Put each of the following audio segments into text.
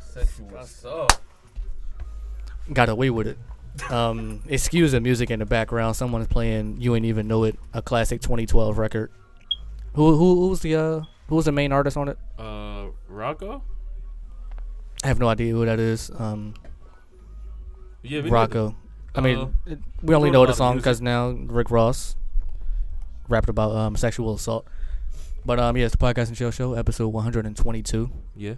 said you were soft. Got away with it. Um, excuse the music in the background. Someone's playing "You Ain't Even Know It," a classic 2012 record. Who who who's the uh, who was the main artist on it? Uh, Rocco. I have no idea who that is. Um, Yeah, we know Rocco. I mean, Uh, it- we only wrote know about the the song music. because now Rick Ross rapped about um, sexual assault. But um, yeah, it's the podcast and chill show, episode 122. that. Yeah.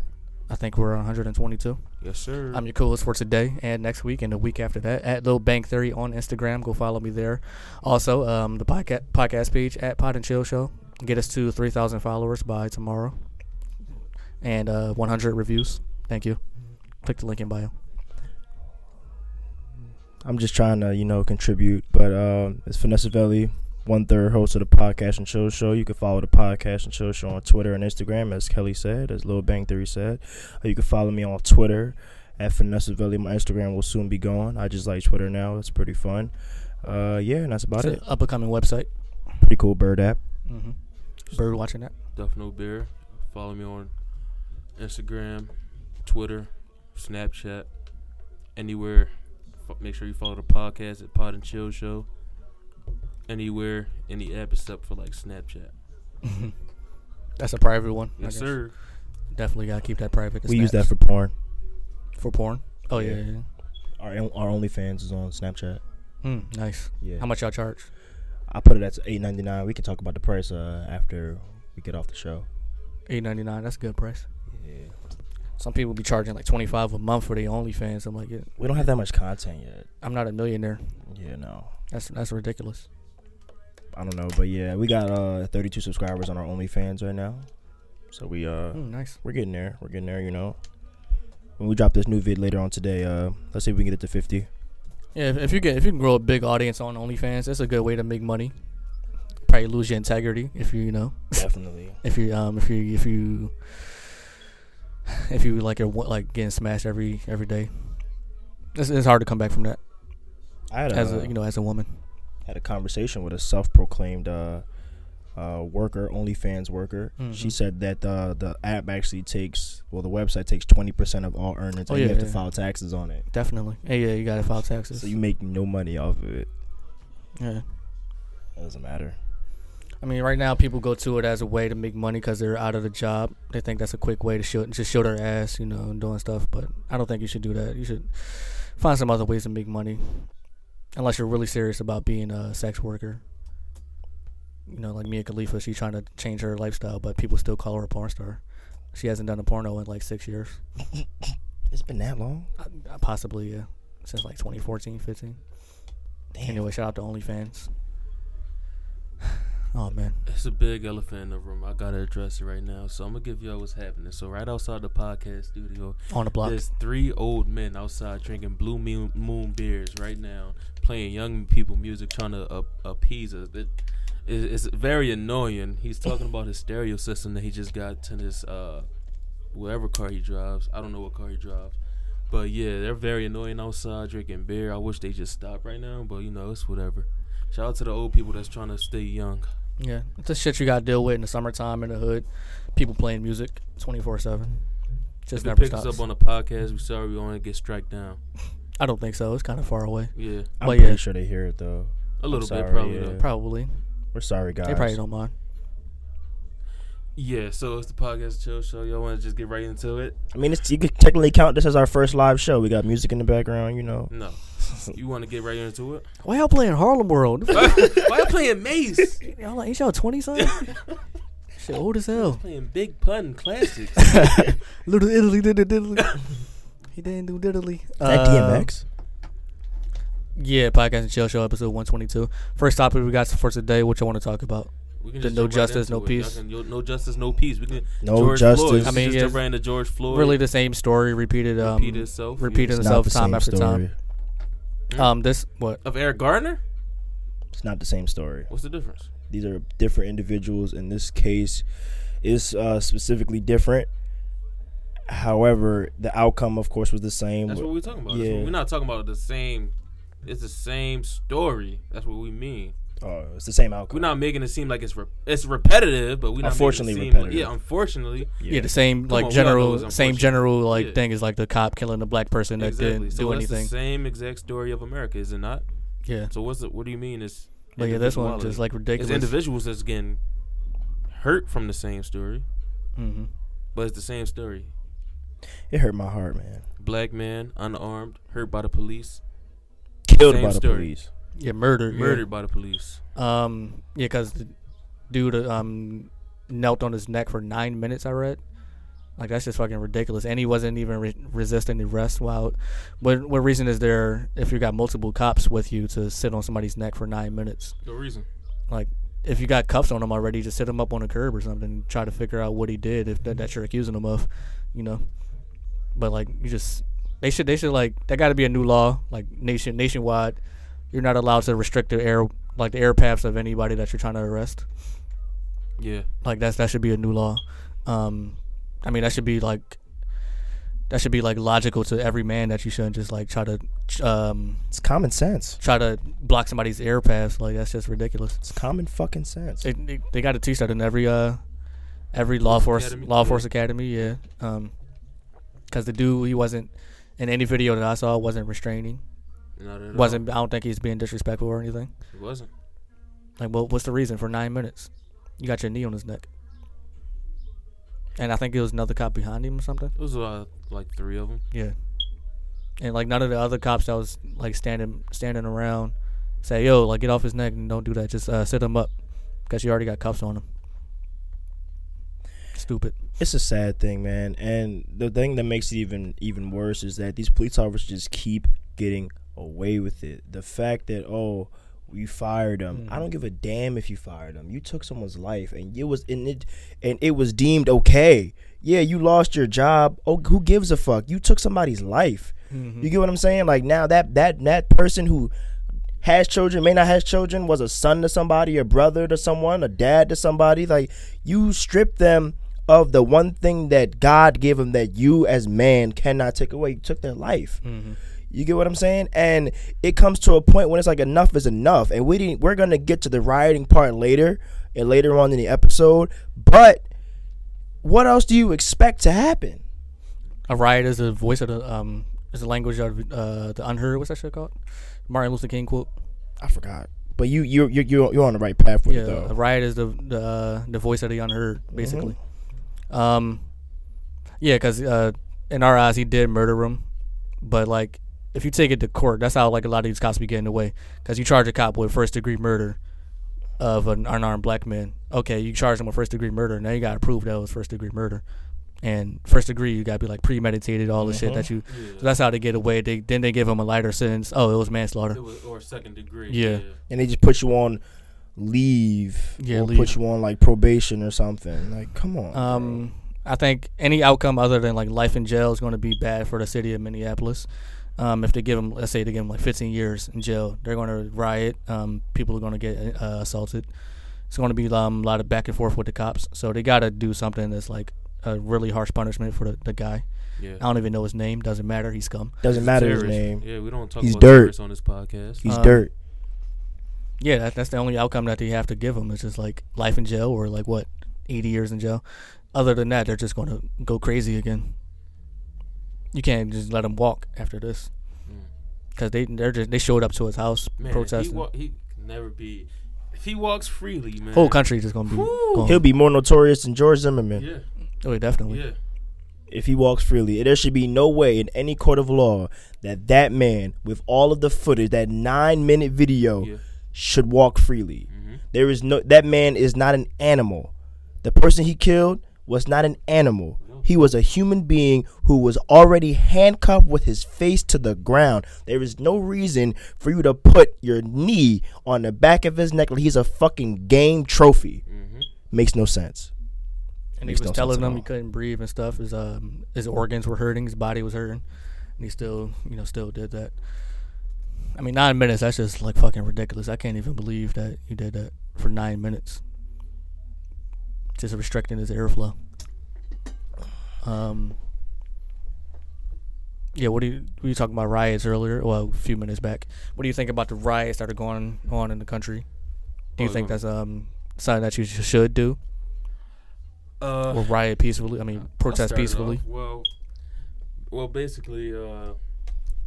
I think we're on 122. Yes, sir. I'm your coolest for today and next week and the week after that at Lil Bank Theory on Instagram. Go follow me there. Also, um, the podcast podcast page at Pod and Chill Show. Get us to 3,000 followers by tomorrow, and uh, 100 reviews. Thank you. Click the link in bio. I'm just trying to, you know, contribute. But um, it's Vanessa Velli, one third host of the Podcast and Chill Show. You can follow the Podcast and Chill Show on Twitter and Instagram, as Kelly said, as Lil Bang Theory said. Uh, you can follow me on Twitter at Vanessa Velli. My Instagram will soon be gone. I just like Twitter now. It's pretty fun. Uh, yeah, and that's about it. Up and coming website. Pretty cool bird app. hmm Mm-hmm. Bird watching that. Duff No Beer. Follow me on Instagram, Twitter, Snapchat, anywhere. F- make sure you follow the podcast at Pod and Chill Show. Anywhere, any app except for like Snapchat. Mm-hmm. That's a private one. I Yes, guess. sir. Definitely gotta keep that private. to we use that snaps. for porn. for porn. Oh yeah. Yeah. yeah, yeah. Our our OnlyFans is on Snapchat. Mm, nice. Yeah. How much y'all charge? I put it at eight ninety nine. We can talk about the price uh, after we get off the show. Eight ninety nine. That's a good price. Yeah. Some people be charging like twenty five a month for their OnlyFans. I'm like, yeah, We don't have that much content yet. I'm not a millionaire. Yeah, no. That's that's ridiculous. I don't know, but yeah, we got uh 32 subscribers on our OnlyFans right now. So we uh Mm, nice. we're getting there. We're getting there, you know. When we drop this new vid later on today, uh let's see if we can get it to 50. Yeah, if, if you get if you can grow a big audience on OnlyFans, it's a good way to make money. Probably lose your integrity if you you know Definitely. if you um if you if you if you like are wa- like getting smashed every every day. It's, it's hard to come back from that I had a, as a you know as a woman. had a conversation with a self-proclaimed uh uh, worker, OnlyFans worker. She Mhm. said that the the app actually takes, well, the website takes twenty percent of all earnings, Oh, and you yeah, have to yeah. file taxes on it. Definitely. Hey, yeah, you gotta file taxes. So you make no money off of it. yeah. It doesn't matter. I mean, right now people go to it as a way to make money because they're out of the job. They think that's a quick way to show just show their ass, you know, and doing stuff. But I don't think you should do that. You should find some other ways to make money, unless you're really serious about being a sex worker. You know, like Mia Khalifa, she's trying to change her lifestyle, but people still call her a porn star. She hasn't done a porno in like six years, It's been that long. Uh, possibly yeah, since like 2014, 15. Damn. Anyway, shout out to OnlyFans. Oh man, It's a big elephant in the room. I gotta address it right now. So I'm gonna give y'all what's happening. So right outside the podcast studio, on the block. There's three old men outside drinking Blue Moon, moon beers right now, playing young people music, trying to uh, appease us. It, it- it's very annoying. He's talking about his stereo system that he just got to this, uh, whatever car he drives. I don't know what car he drives. But yeah, they're very annoying outside drinking beer. I wish they just stopped right now, but you know, it's whatever. Shout out to the old people that's trying to stay young. Yeah, it's the shit you gotta deal with in the summertime in the hood. People playing music twenty four seven. Just If you never pick stops. us up on the podcast, we sorry we only get struck down. I don't think so. It's kind of far away. Yeah, But I'm pretty yeah. sure they hear it though. a little sorry, bit probably yeah. though. Probably We're sorry, guys. they probably don't mind. Yeah, so it's the podcast chill show. Y'all want to just get right into it? I mean, it's, you could technically count this as our first live show. We got music in the background, you know. No, you want to get right into it? Why y'all playing Harlem World? Why you playing Mace? y'all like ain't y'all twenty something? shit old as hell. playing Big Pun Classics. Little Italy did the diddly. he didn't do diddly. Is that Uh, DMX? Yeah, podcast and chill show episode one twenty two. First topic we got for today. What you want to talk about? We can The just no jump justice, into no it. Y'all peace. can- yo- no justice, no peace. We can No George justice. Floyd. I mean, just yes. ran to George Floyd. Really, the same story repeated. Um, repeat itself. repeated yes. It's itself not the time same after story. time. Um, this what? of Eric Garner. It's not the same story. What's the difference? These are different individuals. In this case, is uh, specifically different. However, the outcome, of course, was the same. That's what we're talking about. That's Yeah. what- We're not talking about the same. It's the same story. That's what we mean. Oh, it's the same outcome. We're not making it seem like it's re- it's repetitive, but we're not Unfortunately making it seem like- repetitive. yeah, unfortunately, Yeah, the same like on, we all know it's general, unfortunate. same general like Yeah. thing is like the cop killing the black person that exactly. didn't So do that's anything. the same exact story of America, is it not? Yeah, So what's the, what do you mean? It's but yeah, this one individuality? just like it's ridiculous. individuals that's getting hurt from the same story, hmm but it's the same story. It hurt my heart, man. Black man, unarmed, hurt by the police, Killed Same by the story. police. Yeah, murder. yeah. murdered by the police. Um, yeah, because the dude uh, um knelt on his neck for nine minutes. I read. Like that's just fucking ridiculous, and he wasn't even re- resisting arrest. Wow, what what reason is there if you got multiple cops with you to sit on somebody's neck for nine minutes? No reason. Like if you got cuffs on him already, just sit him up on a curb or something. and Try to figure out what he did if that, that you're accusing him of, you know. But like you just they should they should like that got to be a new law like nation nationwide. You're not allowed to restrict the air like the air paths of anybody that you're trying to arrest. Yeah, Like that's that should be a new law. Um, I mean that should be like that should be like logical to every man that you shouldn't just like try to ch- um It's common sense. try to block somebody's air paths. Like that's just ridiculous. It's common fucking sense. They they, they got to teach that in every uh every law force Academy, law yeah. force academy. Yeah. Um, because the dude he wasn't in any video that I saw wasn't restraining. not at all. Wasn't I don't think he's being disrespectful or anything. It wasn't. Like, well, what's the reason for nine minutes? You got your knee on his neck. And I think it was another cop behind him or something. It was uh, like three of them. Yeah. And like none of the other cops that was like standing standing around say, "Yo, like get off his neck and don't do that. Just uh, sit him up because you already got cuffs on him." Stupid. It's a sad thing, man. And the thing that makes it even even worse is that these police officers just keep getting away with it. The fact that oh, you fired them. I don't give a damn if you fired them. You took someone's life, and it was and it and it was deemed okay. Yeah, you lost your job. Oh, who gives a fuck? You took somebody's life. You get what I'm saying? Like now that that that person who has children, may not have children, was a son to somebody, a brother to someone, a dad to somebody. Like you strip them of the one thing that God gave them that you as man cannot take away. You took their life. You get what I'm saying? And it comes to a point when it's like enough is enough. And we didn't we're gonna get to the rioting part later and later on in the episode. But what else do you expect to happen? A riot is the voice of the um is the language of uh the unheard. What's that shit called? Martin Luther King quote. I forgot. But you you you you're, you're on the right path with Yeah, it a though. riot is the the, uh, the voice of the unheard, basically. Um, yeah, because uh, in our eyes, he did murder him, but like if you take it to court, that's how like a lot of these cops be getting away. Because you charge a cop with first degree murder of an unarmed black man. Okay, you charge him with first degree murder. Now you gotta prove that was first degree murder. And first degree, you gotta be like premeditated, all the shit that you. So that's how they get away. They then they give him a lighter sentence. Oh, it was manslaughter. It was or second degree. Yeah. and they just put you on leave Yeah, or leave. put you on like probation or something. Like, come on. bro. Um, I think any outcome other than like life in jail is going to be bad for the city of Minneapolis. Um, if they give them, let's say they give them like 15 years in jail, they're going to riot. Um, people are going to get uh, assaulted. It's going to be um, a lot of back and forth with the cops. So they got to do something that's like a really harsh punishment for the, the guy. yeah. I don't even know his name. Doesn't matter. He's scum. doesn't matter his Terrorist. name. Yeah, we don't talk He's about dirt. terrorists on this podcast. He's Um, dirt. Yeah, that, that's the only outcome that they have to give him. It's just like life in jail or like what, 80 years in jail. Other than that, they're just going to go crazy again. You can't just let him walk after this, because they they're just they showed up to his house Mm. Man, protesting. He, wa- he can never be. If he walks freely, man. Whole country just gonna be. Whew. Gone. He'll be more notorious than George Zimmerman Yeah, oh, yeah, definitely. yeah. if he walks freely. There should be no way in any court of law that that man, with all of the footage, that nine minute video, Yeah. Mm-hmm. should walk freely. There is no that man is not an animal. The person he killed was not an animal. He was a human being who was already handcuffed with his face to the ground. There is no reason for you to put your knee on the back of his neck like he's a fucking game trophy. Mm. Mm-hmm. Makes no sense. And he Makes was no telling sense at them he all. couldn't breathe and stuff. His um his organs were hurting. His body was hurting, and he still you know still did that. I mean, nine minutes. That's just like fucking ridiculous. I can't even believe that you did that for nine minutes. Just restricting his airflow. Um. Yeah, what do you we were talking about riots earlier? Well, a few minutes back. What do you think about the riots that are going on in the country? Do you Oh, think go ahead. that's um something that you sh- should do? Uh, Or riot peacefully? I mean, protest I'll start it peacefully. off. Well, well, basically, uh,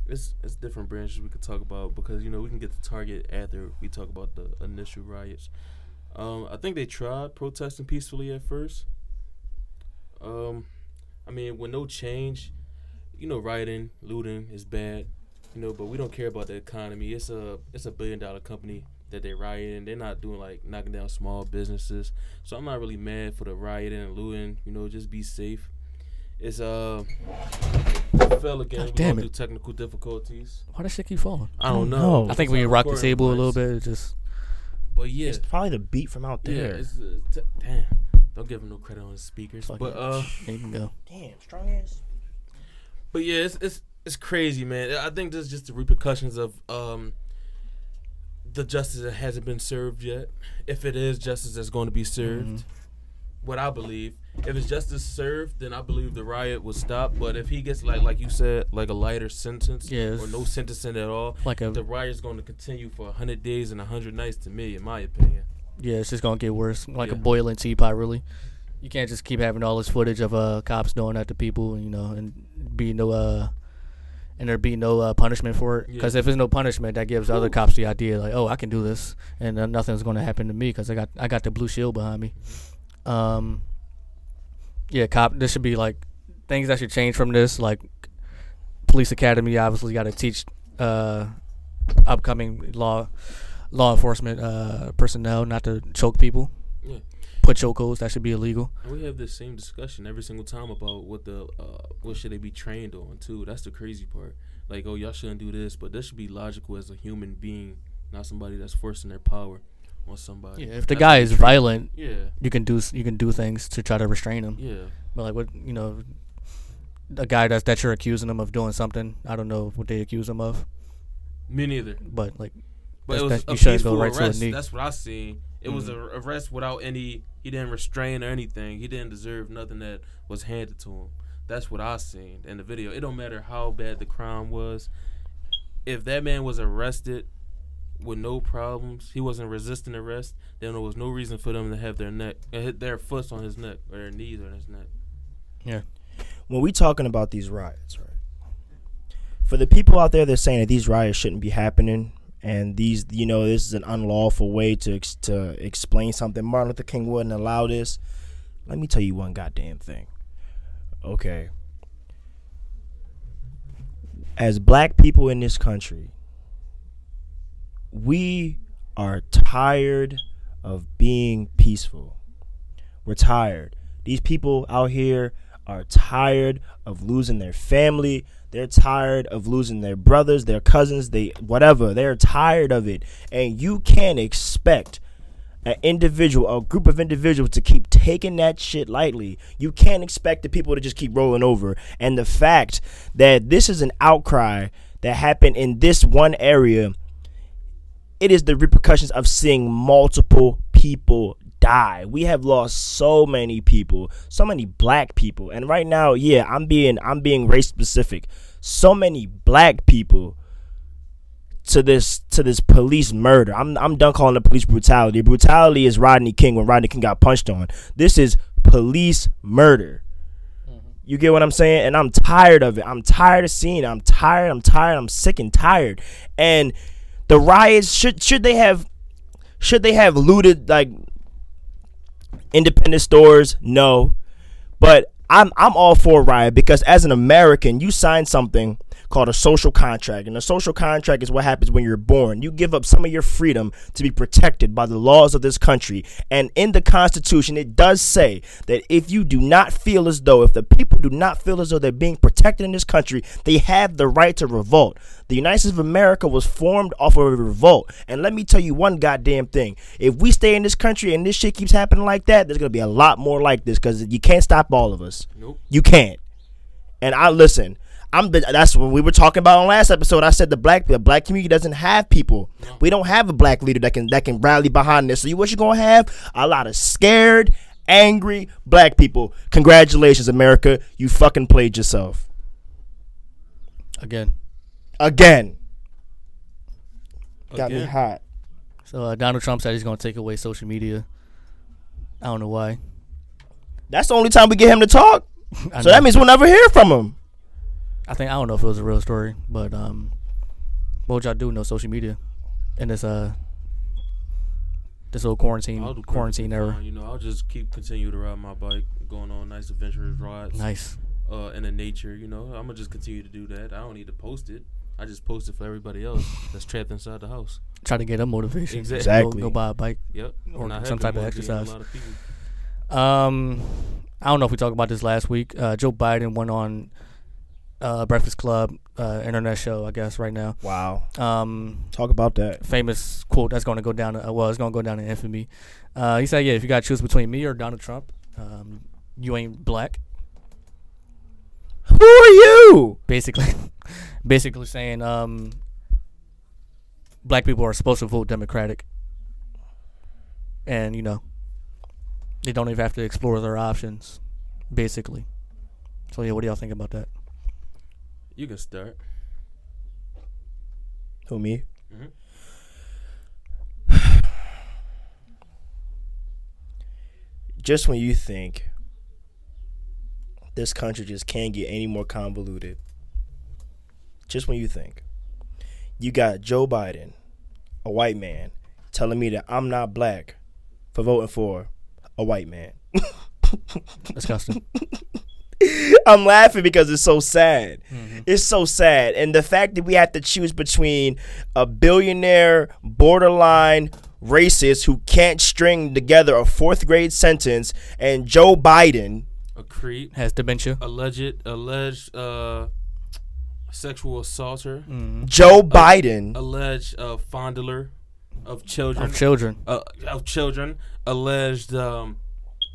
it's it's different branches we could talk about because you know we can get to Target after we talk about the initial riots. Um, I think they tried protesting peacefully at first. Um, I mean, with no change, you know, rioting, looting is bad, you know, but we don't care about the economy. It's a it's a billion dollar company that they rioting. They're not doing like knocking down small businesses. So I'm not really mad for the rioting and looting. You know, just be safe. It's uh, fell again. God we damn going it. through technical difficulties. Why does shit keep falling? I don't don't know. know. I think when you rock the table a little bit, it just But yeah, It's probably the beat from out yeah. there. It's, uh, t- damn. Don't give him no credit on his speakers. fucking But uh, there you go. Damn, strong ass. But yeah, it's it's it's crazy, man. I think this is just the repercussions of um the justice that hasn't been served yet. If it is justice that's going to be served, Mhm. what I believe, if it's justice served, then I believe the riot will stop. But if he gets like like you said, like a lighter sentence Yeah, or it's no sentencing at all, like a the riot's going to continue for hundred days and hundred nights. To me, in my opinion, yeah, it's just gonna get worse. Like a Yeah. boiling teapot, really. You can't just keep having all this footage of uh cops doing that to people, you know, and be no uh and there be no uh, punishment for it. Because Yeah. if there's no punishment, that gives other Ooh. cops the idea like, oh, I can do this, and uh, nothing's gonna happen to me because I got I got the blue shield behind me. Um, yeah, cop. This should be like things that should change from this. Like police academy, obviously, got to teach uh upcoming law law enforcement uh, personnel not to choke people. Yeah. Put chokeholds. That should be illegal. and we have this same discussion every single time about what the uh, what should they be trained on too. That's the crazy part. Like, oh, y'all shouldn't do this, but this should be logical as a human being, not somebody that's forcing their power on somebody. Yeah, if the That's guy what is they train- violent, yeah, you can do s- you can do things to try to restrain him. yeah. But like what you know, a guy that's that you're accusing him of doing something. I don't know what they accuse him of, Me neither. but like But That's- it was that- a you shouldn't go peaceful right to a arrest. knee. Mm. That's what I seen. It was a arrest without any. He didn't restrain or anything. He didn't deserve nothing that was handed to him. That's what I seen in the video. It don't matter how bad the crime was. If that man was arrested with no problems, he wasn't resisting arrest. Then there was no reason for them to have their neck, uh, hit their foot on his neck or their knees on his neck. When we talking about these riots, right? For the people out there that's saying that these riots shouldn't be happening, and these, you know, this is an unlawful way to ex- to explain something. Martin Luther King wouldn't allow this. Let me tell you one goddamn thing. Okay. As black people in this country, we are tired of being peaceful. We're tired. These people out here are tired of losing their family. They're tired of losing their brothers, their cousins, they whatever. They're tired of it. And you can't expect an individual, a group of individuals to keep taking that shit lightly. You can't expect the people to just keep rolling over. And the fact that this is an outcry that happened in this one area it is the repercussions of seeing multiple people die. We have lost so many people, so many black people. And right now, yeah, I'm being I'm being race specific. So many black people to this to this police murder. I'm I'm done calling it police brutality. Brutality is Rodney King when Rodney King got punched on. This is police murder. You get what I'm saying? And I'm tired of it. I'm tired of seeing. It. I'm tired. I'm tired. I'm sick and tired. And the riots should should they have should they have looted like independent stores? No. But I'm I'm all for a riot because as an American, you sign something called a social contract. And a social contract is what happens when you're born. You give up some of your freedom to be protected by the laws of this country. And in the Constitution, it does say that if you do not feel as though if the people do not feel as though they're being protected in this country, they have the right to revolt. The United States of America was formed off of a revolt. And let me tell you one goddamn thing. If we stay in this country and this shit keeps happening like that, there's going to be a lot more like this cuz you can't stop all of us. Nope. You can't. And I listen. I'm the, that's what we were talking about on last episode. I said the black the black community doesn't have people. We don't have a black leader that can that can rally behind this. So you what you gonna have? A lot of scared, angry black people. Congratulations, America. You fucking played yourself. again, Again. Got me Again. hot. So uh, Donald Trump said he's going to take away social media. I don't know why. That's the only time we get him to talk. I so that know. means we'll never hear from him. I think I don't know if it was a real story, but um, what would y'all do with no social media in this uh this whole quarantine I'll do quarantine perfectly era? fine, You know, I'll just keep continue to ride my bike, going on nice adventurous rides Nice. uh, in the nature. You know, I'm gonna just continue to do that. I don't need to post it. I just post it for everybody else that's trapped inside the house. Try to get them motivation. Exactly. Go, Exactly. go buy a bike. Yep. Or And I have some been type of motivating exercise. A lot of people. Um, I don't know if we talked about this last week. Uh, Joe Biden went on uh, Breakfast Club uh, internet show, I guess, right now. Wow. Um, Talk about that. famous quote that's going to go down. Uh, well, it's going to go down in infamy. Uh, he said, "Yeah, if you got to choose between me or Donald Trump, um, you ain't black." Who are you? Basically, basically saying, um, black people are supposed to vote Democratic, and you know, they don't even have to explore their options. Basically, so yeah, what do y'all think about that? You can start. Who me? Mhm. Just when you think this country just can't get any more convoluted, just when you think you got Joe Biden, a white man, telling me that I'm not black for voting for a white man. Disgusting. I'm laughing because it's so sad. It's so sad. And the fact that we have to choose between a billionaire, borderline racist who can't string together a fourth grade sentence and Joe Biden. A creep, Has dementia. alleged, alleged uh, sexual assaulter, Mm. Joe Biden. alleged uh, fondler of children, Of children, uh, of children, alleged um,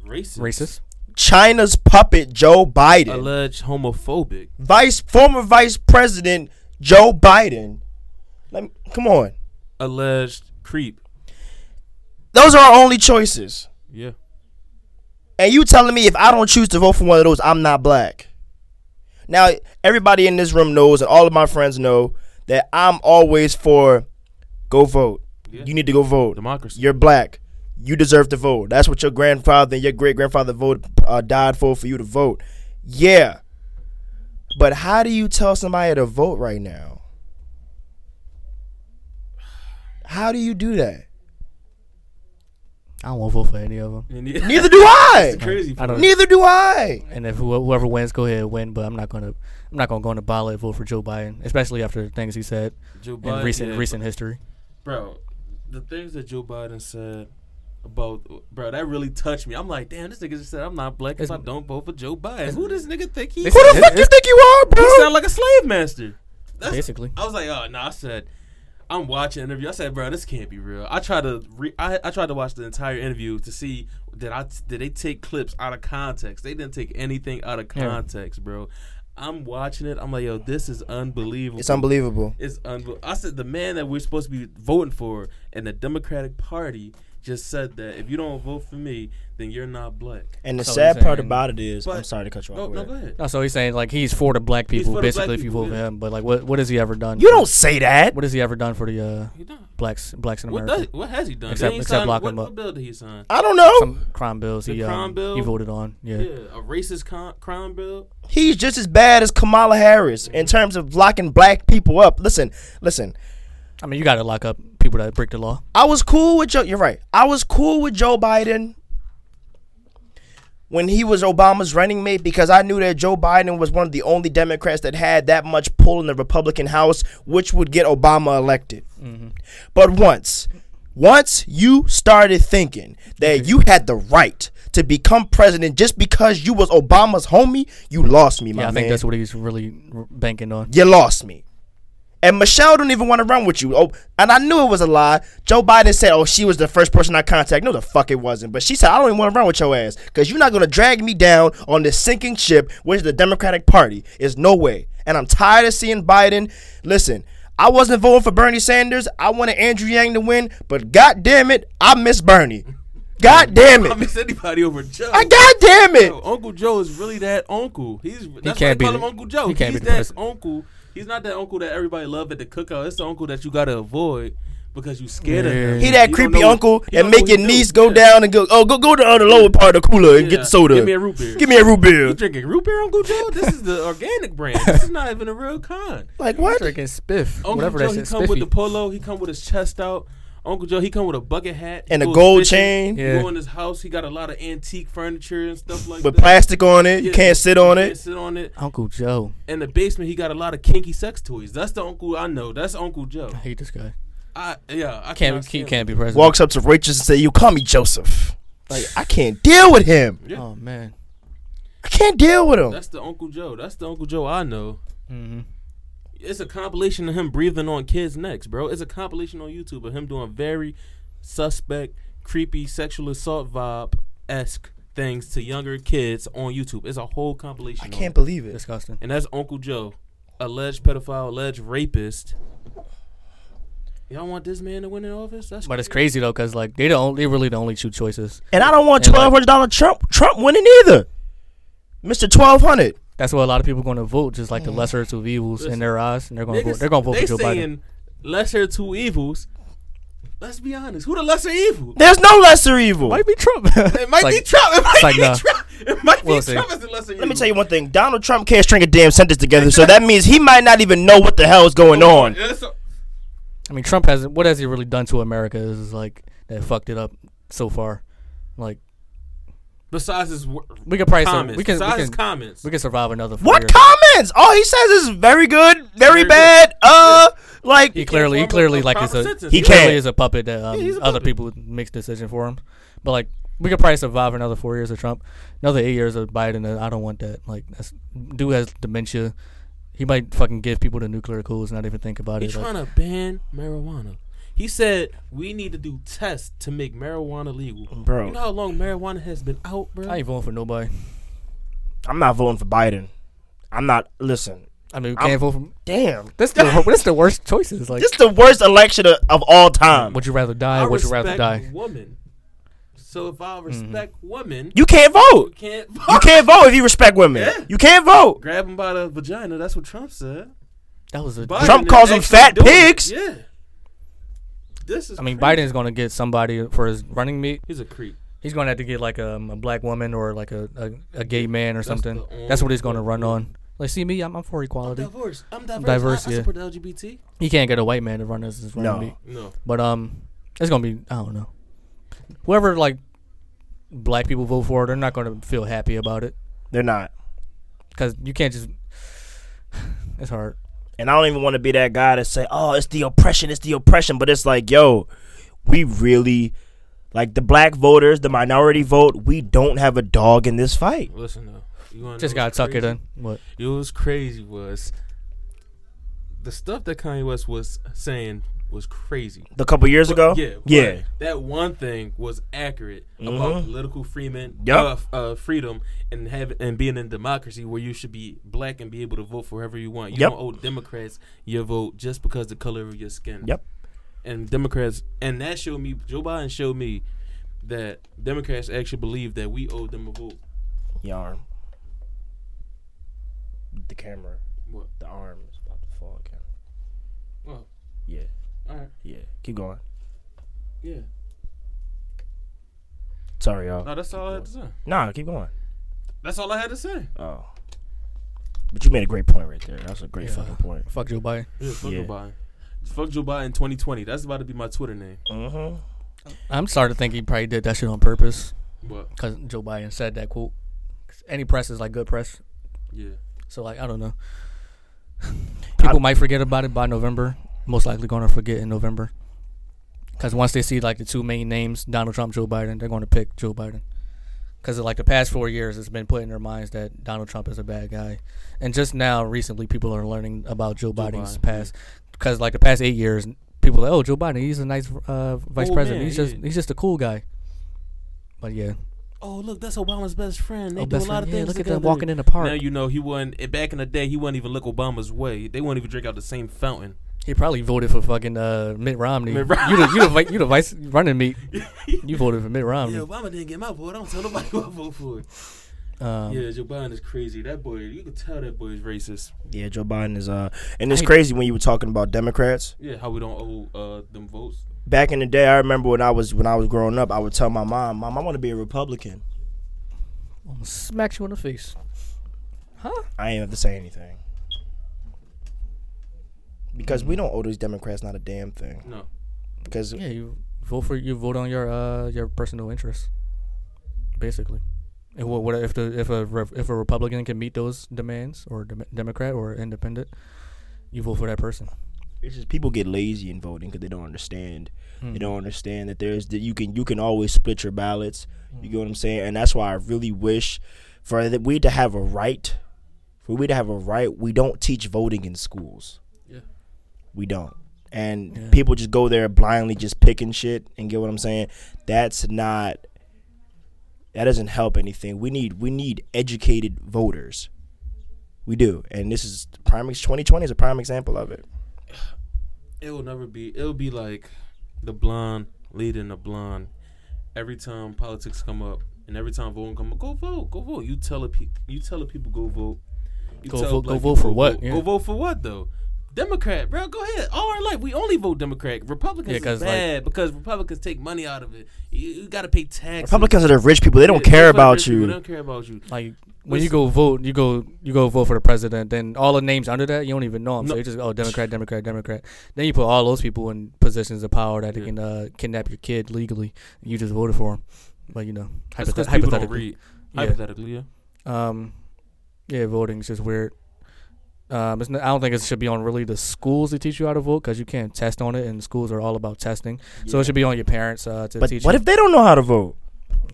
racist, racist. China's puppet Joe Biden. alleged homophobic. Vice former vice president Joe Biden. Let me, come on. alleged creep. Those are our only choices. Yeah. And you telling me if I don't choose to vote for one of those, I'm not black. Now, everybody in this room knows, and all of my friends know, that I'm always for go vote. Yeah. You need to go vote. Democracy. You're black. You deserve to vote. That's what your grandfather and your great grandfather voted, uh, died for, for you to vote. Yeah. But how do you tell somebody to vote right now? How do you do that? I don't want to vote for any of them. And yeah. Neither do I. Crazy. I don't. Neither do I. And if who- whoever wins, go ahead and win. But I'm not gonna, I'm not gonna go on the ballot and vote for Joe Biden, especially after the things he said Joe in Biden, recent yeah, recent history. Bro, the things that Joe Biden said about bro, that really touched me. I'm like, damn, this nigga just said I'm not black if It's- I don't vote for Joe Biden. Who does this nigga think he? He They said- Who the fuck you think you are, bro? sound like a slave master. That's, Basically, I was like, oh no. I said, I'm watching the interview. I said, bro, this can't be real. I tried to re- I, I tried to watch the entire interview to see did I did they take clips out of context. They didn't take anything out of Yeah. context, bro. I'm watching it. I'm like, yo, this is unbelievable. It's unbelievable. It's unbelievable. I said the man that we're supposed to be voting for in the Democratic Party just said that if you don't vote for me, then you're not black. And the So sad he's part saying- about it is, I'm But- sorry to cut you No, off. go no, ahead. go ahead. no. So he's saying like he's for the black people, for the black basically. if you people, vote for yeah. him, but like what what has he ever done? You don't say that. What has he ever done for the uh, He done. blacks blacks in What, America? does, what has he done? Except- Didn't he except sign- lock what, him what up. bill did he sign? I don't know. Some crime bills. The He crime um, bill? he voted on. Yeah. Yeah, a racist con- crime bill. He's just as bad as Kamala Harris in terms of locking black people up. Listen, listen. I mean, you got to lock up people that break the law. I was cool with Joe. You're right. I was cool with Joe Biden when he was Obama's running mate because I knew that Joe Biden was one of the only Democrats that had that much pull in the Republican House, which would get Obama elected. Mm-hmm. But once, once you started thinking that you had the right to become president just because you was Obama's homie, you lost me, my Yeah, I man. think that's what he's really r- banking on. You lost me. And Michelle don't even want to run with you. Oh, and I knew it was a lie. Joe Biden said, "Oh, she was the first person I contacted." No, the fuck it wasn't. But she said, "I don't even want to run with your ass because you're not gonna drag me down on this sinking ship, which is the Democratic Party. Is no way." And I'm tired of seeing Biden. Listen, I wasn't voting for Bernie Sanders. I wanted Andrew Yang to win, but god damn it, I miss Bernie. God damn I it. miss anybody over Joe. I god damn it. Yo, Uncle Joe is really that uncle. He's that's can't why they be call the- him Uncle Joe. he can't be He's the that president. uncle. He's not that uncle that everybody love at the cookout. It's the uncle that you gotta avoid because you scared of him. Yeah. He that You don't creepy know- uncle you don't know and make what your he niece do. go Yeah. down and go, oh, go go to the lower part of the cooler and Yeah. get the soda. Give me a root beer. Give me a root you beer. drinking root beer, Uncle Joe? This is the organic brand. This is not even a real kind. Like what? Freaking spiff. Uncle Whatever Joe, that he come shit. with the Spiffy. polo. He come with his chest out. Uncle Joe, he come with a bucket hat And He a goes gold fishing. chain. He Yeah. Go in his house. He got a lot of antique furniture and stuff like with that. plastic on it. You Yeah, can't sit on can't it. sit on it. Uncle Joe. In the basement, he got a lot of kinky sex toys. That's the uncle I know. That's Uncle Joe. I hate this guy. I yeah. I Can't cannot he stand can't be president. Walks up to Rachel and say, "You call me Joseph." Like I can't deal with him. him. Yeah. Oh man. I can't deal with him. That's the Uncle Joe. That's the Uncle Joe I know. Mm-hmm. It's a compilation of him breathing on kids' necks, bro. It's a compilation on YouTube of him doing very suspect, creepy, sexual assault vibe esque things to younger kids on YouTube. It's a whole compilation. I on can't it. believe it. Disgusting. And that's Uncle Joe, alleged pedophile, alleged rapist. Y'all want this man to win in office? That's But it's crazy though, cause like they don't, they really the only two choices. And I don't want And, like- twelve hundred dollar Trump Trump winning either. Mister twelve hundred. That's why a lot of people going to vote, just like the lesser of two evils in Listen, their eyes, and they're going to vote. Niggas, They're going to vote they for Joe Biden. saying lesser two evils. Let's be honest. Who the lesser evil? There's no lesser evil. Might be Trump. It might It's be like- Trump. It might like, be nah. Trump. It might We'll be see. Trump as the lesser evil. Let me tell you one thing. Donald Trump can't string a damn sentence together, so that means he might not even know what the hell is going on. Yeah, so- I mean, Trump hasn't. What has he really done to America? Is like that fucked it up so far. Like Besides his wor- we could probably comments. we can Besides we his can, comments. we can survive another. four What years. comments? All he says is very good, very Very good. bad. Uh, like He clearly, he form a- clearly a like is proper a sentence. he He clearly can't. is a puppet that um, Yeah, he's a other puppet. people makes decision for him. But like we could probably survive another four years of Trump, another eight years of Biden. And I don't want that. Like that's, dude has dementia. He might fucking give people the nuclear codes, and not even think about He's it. Like, trying to ban marijuana. He said we need to do tests to make marijuana legal. You know bro, how long marijuana has been out, bro? Oh, I ain't voting for nobody. I'm not voting for Biden. I'm not. Listen, I mean, we I'm- can't vote for. damn, That's the that's the worst choices. Like, this is the worst election of, of all time. would you rather die? I or Would you rather respect die? Mm-hmm. Women. So if I respect women, You can't you vote. can't You can't vote if you respect women. Yeah. You can't vote. grab him by the vagina. That's what Trump said. That was a. Biden Trump is calls 'em actually fat doing it. pigs. Yeah. This is. I mean, crazy. Biden's gonna get somebody for his running mate. He's a creep. He's gonna have to get like um, a black woman or like a, a, a gay man or something. the That's what he's only gonna way. run on. Like, see me, I'm, I'm for equality. Diverse. I'm diverse. Diverse, I, yeah. I support the LGBT. He can't get a white man to run as his running No. mate. No. But um, it's gonna be I don't know. Whoever like black people vote for, they're not gonna feel happy about it They're not. because you can't just. it's hard. And I don't even want to be that guy to say, "Oh, it's the oppression, it's the oppression," but it's like, yo, we really like the black voters, the minority vote. We don't have a dog in this fight. Listen though. You wanna Just know gotta what's tuck it crazy? in. What? It was crazy was the stuff that Kanye West was saying was crazy. A couple years ago, Yeah, Mm-hmm. but yeah. That one thing was accurate about political freeman, Yup. uh, f- uh, freedom, and have and being in democracy where you should be black and be able to vote for whoever you want. You Yup. don't owe Democrats your vote just because the color of your skin. Yup. And Democrats, and that showed me Joe Biden showed me that Democrats actually believe that we owe them a vote. The arm. The camera. What? Oh. The arm is about to fall again. Well, Yeah. all right, Yeah. Keep going. yeah. Sorry, y'all. No, that's all I had to say. Nah, keep going. That's all I had to say. Oh. But you made a great point right there. That's a great Yeah. fucking point. Fuck Joe Biden. Yeah, fuck Yeah. Joe Biden. Fuck Joe Biden 2020. That's about to be my Twitter name. Mm-hmm. I'm starting to think he probably did that shit on purpose But because Joe Biden said that quote. 'Cause Any press is like good press. yeah. So like I don't know. People might forget about it by November. Most likely going to forget in November. Because once they see like the two main names, Donald Trump, Joe Biden, they're going to pick Joe Biden. Because like the past four years, it's been put in their minds that Donald Trump is a bad guy, and just now recently, people are learning about Joe, Biden's Biden, past. Because like the past eight years, people are like, oh Joe Biden, he's a nice uh, vice Old president. man, he's just yeah. he's just a cool guy. But yeah, Oh, look, that's Obama's best friend. They Oh, do best a lot friend. of Yeah, things look at together. them walking in the park. Now you know he wasn't. eh, Back in the day, he wouldn't even look Obama's way. They wouldn't even drink out the same fountain. He probably voted for fucking uh, Mitt Romney. Mitt Rom- you, the, you, the, vi- you the vice running mate. You voted for Mitt Romney. Yeah, Obama didn't get my vote. I don't tell nobody who I vote for. Um, yeah, Joe Biden is crazy. That boy, you can tell that boy is racist. Yeah, Joe Biden is uh, and it's I- crazy when you were talking about Democrats. Yeah, how we don't owe uh, them votes. Back in the day, I remember when I was when I was growing up, I would tell my mom, "Mom, I want to be a Republican." I'm gonna smack you in the face. I ain't have to say anything because we don't owe these Democrats not a damn thing. No, Because Yeah, you vote for you vote on your uh your personal interests, basically. And what, what if the if a re- if a Republican can meet those demands or dem- Democrat or independent, you vote for that person. it's just people get lazy in voting because they don't understand. They don't understand that there's that you can you can always split your ballots. You get what I'm saying? And that's why I really wish for that we to have a right. For we to have a right, we don't teach voting in schools. Yeah. We don't. And Yeah. people just go there blindly just picking shit and get what I'm saying? That's not that doesn't help anything. We need we need educated voters. We do. And this is prime 2020 is a prime example of it. it will never be. It'll be like the blonde leading the blonde. Every time politics come up, and every time voting come up, go vote, go vote. You tell the pe- you tell the people go vote. You Go tell vote- black go vote people for what? Vote. Yeah. Go vote for what though? Democrat, bro, go ahead. All our life, we only vote Democrat. Republicans Yeah, is 'cause, like- bad because Republicans take money out of it. You, you got to pay taxes. Republicans are the rich people. They don't Yeah, care fuck about rich people, They you. don't care about you. Like when you Listen- go vote, you go you go vote for the president. Then all the names under that you don't even know them. No. So you just oh Democrat, Democrat, Democrat. Then you put all those people in positions of power that they Yeah. can uh, kidnap your kid legally. You just voted for them, but you know That's hypothet- because people don't hypothetically. read. Yeah. Hypothetically, yeah. Um, yeah, voting's just weird. Um, it's not, I don't think it should be on really the schools to teach you how to vote because you can't test on it, and schools are all about testing. So it should be on your parents uh, to But teach. what you. if they don't know how to vote?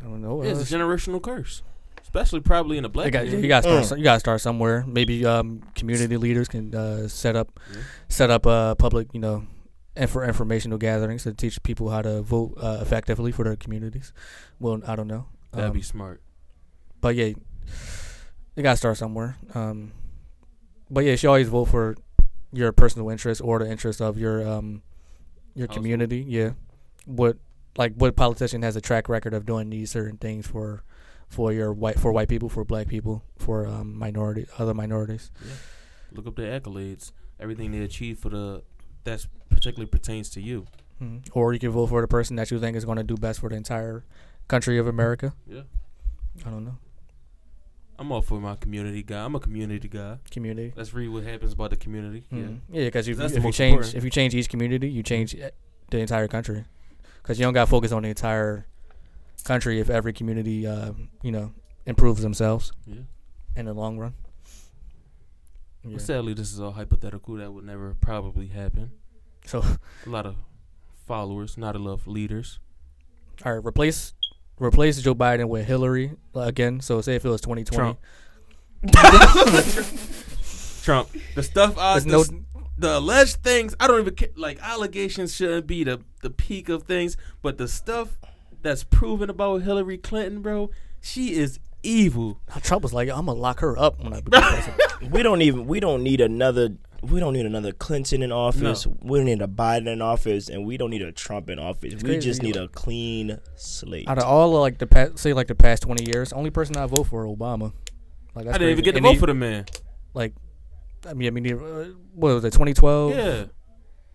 I don't know? Yeah, uh, it's a generational curse, especially probably in a black you got community. you got to start Mm. some- you got to start somewhere. Maybe um, community leaders can uh, set up Yeah. set up uh, public you know infor- informational gatherings to teach people how to vote uh, effectively for their communities. Well, I don't know. That'd Um, be smart. But yeah, you gotta start somewhere. Um, but yeah, you should always vote for your personal interest or the interest of your um your Household. community. Yeah, what like what politician has a track record of doing these certain things for for your white for white people for black people for um minority other minorities. Look up their accolades, everything they achieve for the that's particularly pertains to you. Mm-hmm. Or you can vote for the person that you think is going to do best for the entire country of America. Yeah, I don't know I'm all for my community guy. I'm a community guy. community. Let's read what happens about the community. Mm. Yeah, because if, you- That's the if you most change important. if you change each community, you change eh, the entire country. Because you don't got to focus on the entire country if every community, uh, you know, improves themselves Yeah, yeah. in the long run. Yeah. But sadly, this is all hypothetical. That would never probably happen. So, A lot of followers, not a lot of leaders. all right, replace replace Joe Biden with Hillary uh, again. So say if it was 2020, Trump. Trump. The stuff I there's the, no s- the alleged things I don't even care. Like allegations shouldn't be the the peak of things, but the stuff that's proven about Hillary Clinton, bro, she is evil. Trump was like, I'm gonna lock her up when I become president. We don't even. We don't need another. We don't need another Clinton in office. We don't need a Biden in office, and we don't need a Trump in office. we crazy, just need like- a clean slate. Out of all like the past, say like the past 20 years, only person I vote for Obama. Like that's I didn't even crazy. get to And vote he- for the man. I mean, I mean, uh, what was it, 2012? Yeah,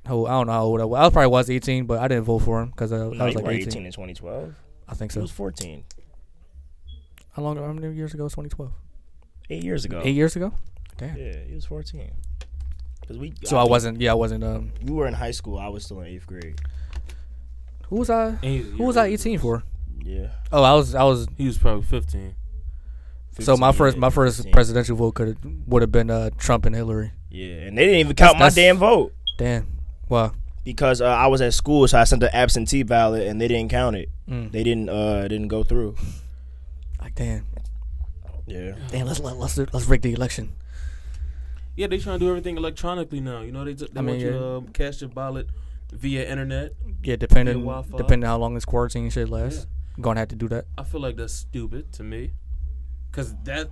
Oh, I don't know how old I was. I probably was 18, but I didn't vote for him because I, no, I was you like were 18. 18 in 2012. I think He so. was 14, How long? How many years ago? was 2012. eight years ago. Eight years ago. Damn. Yeah, he was 14. 'Cause we. So I wasn't. Yeah, I wasn't. Um, You were in high school. I was still in eighth grade. who was I? And he- Who was E I 18 for? Yeah. Oh, I was. I was. He was probably fifteen. So my 15, first, my first 15. presidential vote could would have been uh, Trump and Hillary. Yeah, and they didn't even count my That's- damn vote Damn. Wow. because uh, I was at school, so I sent an absentee ballot, and they didn't count it. Mm. They didn't. Uh, it didn't go through. Like damn. Yeah. Damn. Let's let, let's let's rig the election. Yeah, they trying to do everything electronically now. You know, they t- they I mean, want you to yeah. um, cast your ballot via internet. Yeah, depending Wi-Fi. depending how long this quarantine shit lasts, gonna have to do that. I feel like that's stupid to me, cause that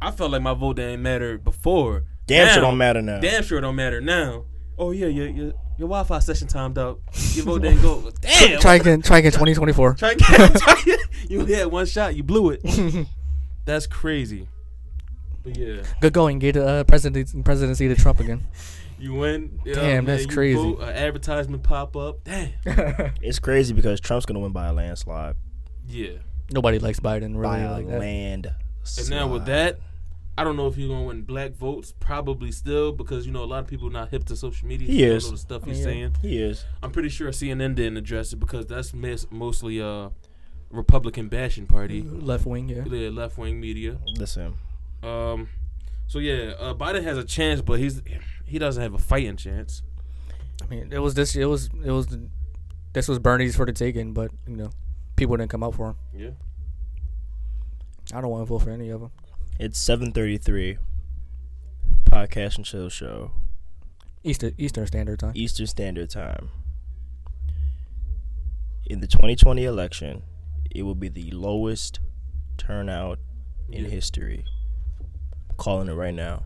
I felt like my vote didn't matter before. Damn Now- sure don't matter now. Damn sure it don't matter now. Oh yeah, your your, your Wi-Fi session timed out. Your vote didn't go. Damn. Try again. Try again. 2024. Try again. Try again. You only had one shot. You blew it. That's crazy. But yeah, Good going. Get the uh, presidency, presidency to Trump again. you win. yo, Damn, that's you crazy. vote, a advertisement pop up. Damn. It's crazy because Trump's gonna win by a landslide. Yeah. Nobody likes Biden by really a like that. land. And now with that, I don't know if you're gonna win black votes. Probably still because you know a lot of people not hip to social media. He They don't is. know the stuff I he's mean, Oh, yeah. saying. he is. I'm pretty sure CNN didn't address it because that's mis- mostly uh Republican bashing party, Left wing, yeah. the left wing media. Listen, Um, so yeah, uh, Biden has a chance, but he's he doesn't have a fighting chance. I mean, it was this. It was it was. This was Bernie's for the taking, but you know, people didn't come out for him. Yeah. I don't want to vote for any of them. it's seven thirty three. Podcast and chill show, Easter Eastern Standard Time. Eastern Standard Time. In the twenty twenty election, it will be the lowest turnout in Yeah. history. calling it right now.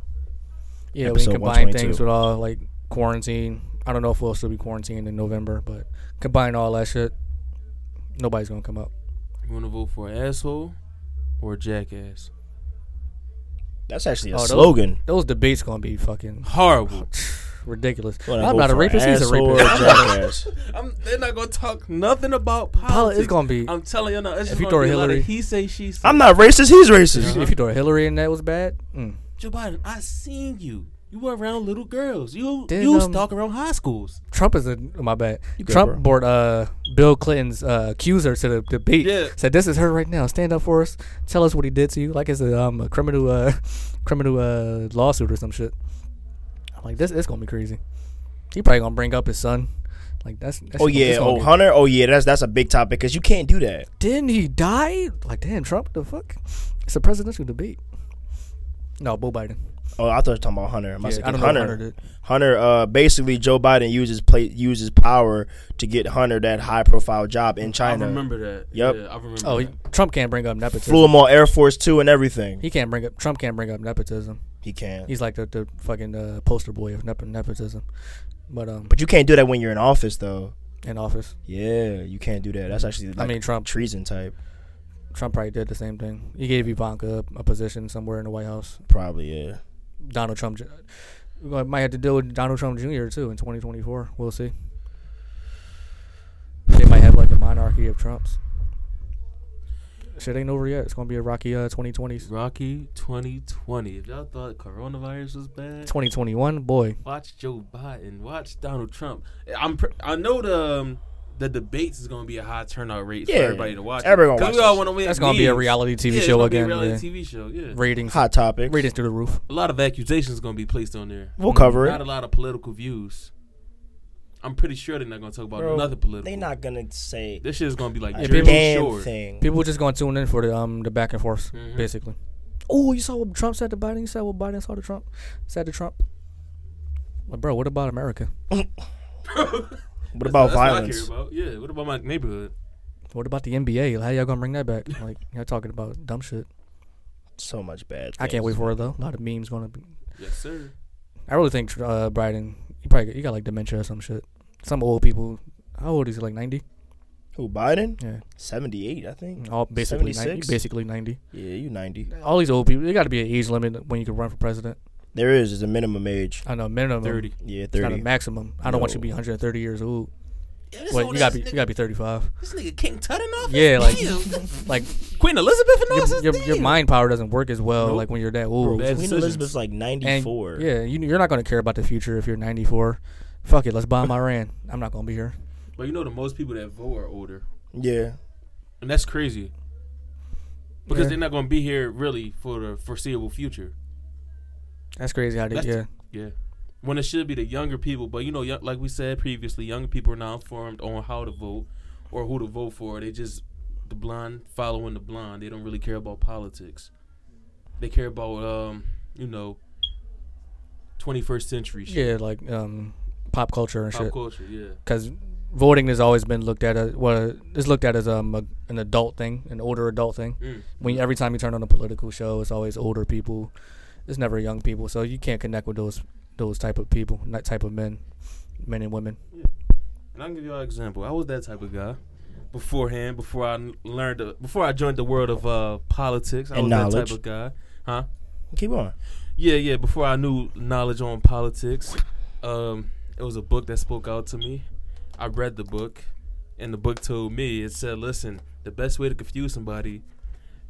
Yeah, we Episode combine 122. things with all like quarantine. I don't know if we'll still be quarantined in November, but combine all that shit, nobody's gonna come out. You want to vote for an asshole or a jackass? That's actually a Oh, those- slogan. Those debates gonna be fucking Horrible. ridiculous. Wanna I'm vote not a for rapist. He's a asshole or rapist. jackass? I'm, they're not gonna talk nothing about Poli- politics. it's gonna be I'm telling you, no, it's If just you gonna throw be a lot Hillary- of he say she say. I'm not racist. He's if racist. you- if you throw Hillary in that was bad. Mm. Joe Biden. I seen you. You were around little girls. You Did, you um, stalk around high schools. Trump is a my bad. You good, Trump bro. brought uh, Bill Clinton's uh, accuser to the debate. Yeah. Said this is her right now. Stand up for us. Tell us what he did to you. Like it's a, um, a criminal uh, criminal uh, lawsuit or some shit. I'm like this. It's gonna be crazy. He probably gonna bring up his son. Like that's. that's Oh yeah. Oh Hunter. Oh yeah. That's that's a big topic because you can't do that. Didn't he die? Like damn Trump. The fuck. It's a presidential debate. No, Bo Biden. Oh, I thought you were talking about Hunter. Am I Yeah, thinking I don't know what Hunter. Hunter Hunter, did. uh, basically Joe Biden uses play uses power to get Hunter that high profile job in China. I remember that. Yep. Yeah, I remember. Oh, that. he, Trump can't bring up nepotism. Flew him on Air Force Two and everything. He can't bring up. Trump can't bring up nepotism. He can. He's like the, the fucking uh, poster boy of nep- nepotism. But um, But you can't do that when you're in office, though. in office, Yeah, you can't do that. That's actually like I mean Trump. treason type, Trump probably did the same thing. He gave Ivanka a, a position somewhere in the White House. probably. Yeah. Donald Trump. Ju- we gonna- might have to deal with Donald Trump Jr. too in 2024. We'll see. They might have like a monarchy of Trumps. Shit ain't over yet. It's gonna be a rocky uh, 2020s. Rocky 2020. If y'all thought coronavirus was bad, 2021, boy. watch Joe Biden, watch Donald Trump. I'm pr- I know the um, the debates is gonna be a high turnout rate Yeah. for everybody to watch. Everybody gonna 'Cause watch we all this. wanna win That's gonna be a memes. reality TV Yeah, it's show gonna be a again. reality yeah. TV show. Yeah, Ratings, Hot topic. ratings through the roof. a lot of accusations gonna be placed on there. We'll cover Not a it. lot of political views. I'm pretty sure they're not gonna talk about Bro, nothing political. They not gonna say This shit is gonna be like a Yeah, Jersey people- damn Shore. thing. People just gonna tune in for the um the back and forth, Mhm. basically. Oh, you saw what Trump said to Biden. You saw what Biden saw to Trump. Said to Trump. Like, bro, what about America? What about That's what I care violence? about. Yeah. What about my neighborhood? What about the NBA? How y'all gonna bring that back? Like, y'all talking about dumb shit. So much bad. I can't things. wait for it though. A lot of memes gonna be. Yes, sher I really think uh, Biden. He probably he got like dementia or some shit. Some old people. How old is he? Like ninety. Who Biden? Yeah. Seventy eight, I think. All basically 90, 76? basically ninety. Yeah, you ninety. All these old people. There got to be an age limit when you can run for president. There is is a minimum age. I know minimum. Thirty. Yeah, It's not a thirty. maximum. I don't want you to be No. 130 years old. Yeah, this Well, old you gotta ass be you nigga- gotta be 35. This nigga King Tut in office? Yeah, like- Damn. Like Queen Elizabeth in your, office? your, your Damn. mind power doesn't work as well Nope. like when you're that old. Bro, bad Queen decisions. Elizabeth's like ninety and four. yeah, you you're not gonna care about the future if you're 94. Fuck it, let's bomb Iran. I'm not gonna be here. But you know, the most people that vote are older, Yeah. and that's crazy because Yeah. they're not going to be here really for the foreseeable future. That's crazy how they That's- yeah. Yeah, when it should be the younger people. But you know, young, like we said previously, younger people are now informed on how to vote or who to vote for. They just the blind following the blind. They don't really care about politics. They care about um, you know, twenty first century shit, Yeah, like um pop culture and pop shit. culture. Yeah, Cuz voting has always been looked at as well, it's looked at as um a, an adult thing, an older adult thing. Mm. When you, every time you turn on a political show, it's always older people. It's never young people, so you can't connect with those those type of people, that type of men, men and women. And I'll give you an example. I was that type of guy. beforehand before I n- learned uh, before I joined the world of uh, politics. I And was that knowledge. type of guy. Keep on. Yeah, yeah. Before I knew knowledge on politics, um, it was a book that spoke out to me. I read the book, and the book told me it said, "Listen, the best way to confuse somebody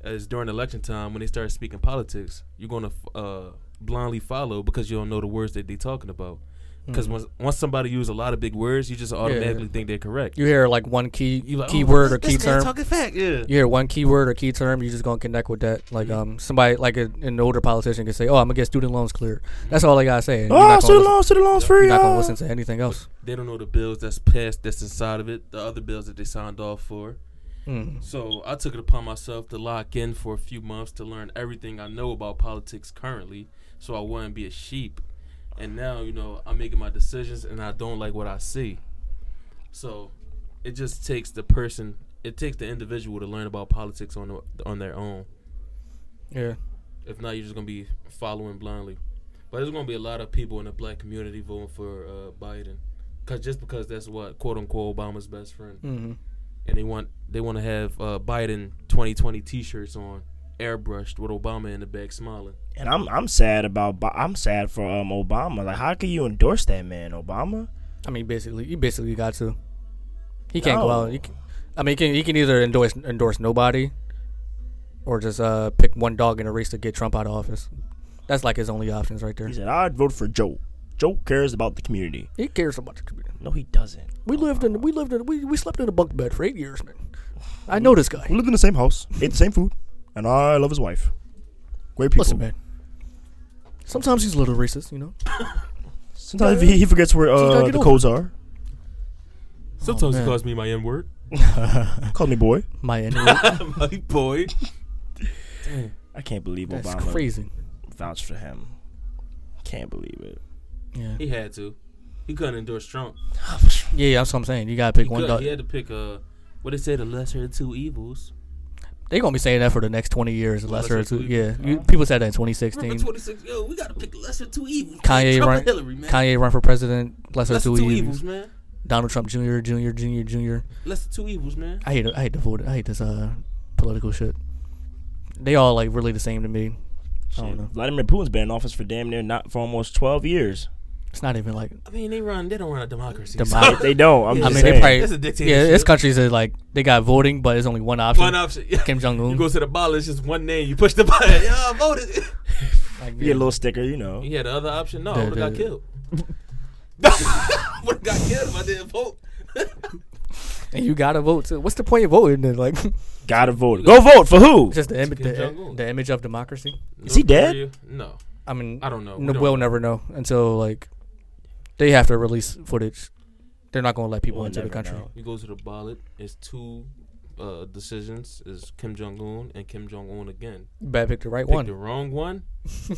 is during election time when they start speaking politics. You're gonna f- uh, blindly follow because you don't know the words that they're talking about. Mm-hmm. Because Mm. Mhm. once once somebody uses a lot of big words, you just automatically think they're correct. You hear like one key You like, oh, keyword or this key man term. talking fact, yeah. You hear one keyword or key term, you're just gonna connect with that. Like Mhm. Mm-hmm. um, somebody like a, an older politician can say, "Oh, I'm gonna get student loans cleared." That's all they gotta say. and you're Oh, not so gonna the listen- loans, so the Mm-hmm. loans You're free. you're not uh, gonna listen to anything else. They don't know the bills that's passed, that's inside of it, the other bills that they signed off for. Mm. So I took it upon myself to lock in for a few months to learn everything I know about politics currently, so I wouldn't be a sheep. And now, you know, I'm making my decisions, and I don't like what I see. So it just takes the person, it takes the individual to learn about politics on the- on their own. Yeah, If not, you're just gonna be following blindly. But there's gonna be a lot of people in the black community voting for uh, Biden, cause just because that's what quote unquote Obama's best friend, mm-hmm. and they want they want to have uh, Biden 2020 T-shirts on, airbrushed with Obama in the back smiling. And I'm I'm sad about Bi- I'm sad for um Obama. Like, how can you endorse that man, Obama? I mean, basically, you basically got to. He can't go out. No. You can, I mean, he can, he can either endorse endorse nobody, or just uh pick one dog in a race to get Trump out of office. That's like his only options right there. He said, I'd vote for Joe. Joe cares about the community. He cares about the community. No, he doesn't. We lived in we lived in we, we slept in a bunk bed for eight years, man. I know this guy. We lived in the same house, ate the same food, and I love his wife. Great people. Listen, man. Sometimes he's a little racist, you know. Sometimes he, he forgets where So you gotta uh, get the over codes are. Sometimes he Oh, man. calls me my N-word, Call me boy. My enemy. my boy. Damn. I can't believe That's Obama crazy. vouched for him. Can't believe it. Yeah. He had to. He couldn't endorse Trump. Yeah, that's what I'm saying. You gotta pick he, one could, dog. he had to pick uh what they say the lesser of two evils. They're gonna be saying that for the next 20 years, Lesser lesser. or two. two- Yeah, you, people said that in Remember 2016. 26? Yo, we gotta pick lesser of two evils. Kanye Trump run- and Hillary, man. Kanye run for president. Lesser, lesser lesser of two, two evils, evils. man. Donald Trump Jr. Jr. Jr. Jr. Lesser of two evils, man. I hate it. I hate the vote. I hate this uh political shit. They all like really the same to me. I don't Shit. know. Vladimir Putin's been in office for damn near not for almost twelve years. It's not even like I mean, they run. They don't run a democracy. Demo- so- They- they don't. I'm Yeah. just I mean saying. they probably It's a dictatorship. yeah. It's countries that like they got voting, but it's only one option. one option. Yeah. Kim Jong You Un. go to the ballot, it's just one name. You push the button. Yeah, I voted. Like, You get a little sticker, you know. You had the other option? No, I Yeah, would have got yeah. killed. would have got killed if I didn't vote. And you gotta vote too. What's the point of voting then? Like Gotta vote. Go vote for who? it's just the, Im- Kim the, Jong-un. the image of democracy. Is he North dead? Korea? No, I mean, I don't know. We n- don't we'll know. never know until like they have to release footage. They're not gonna let people We'll into the never country. know. You go to the ballot. It's two uh, decisions. Is Kim Jong Un and Kim Jong Un again? You better pick the right Pick one. the wrong one.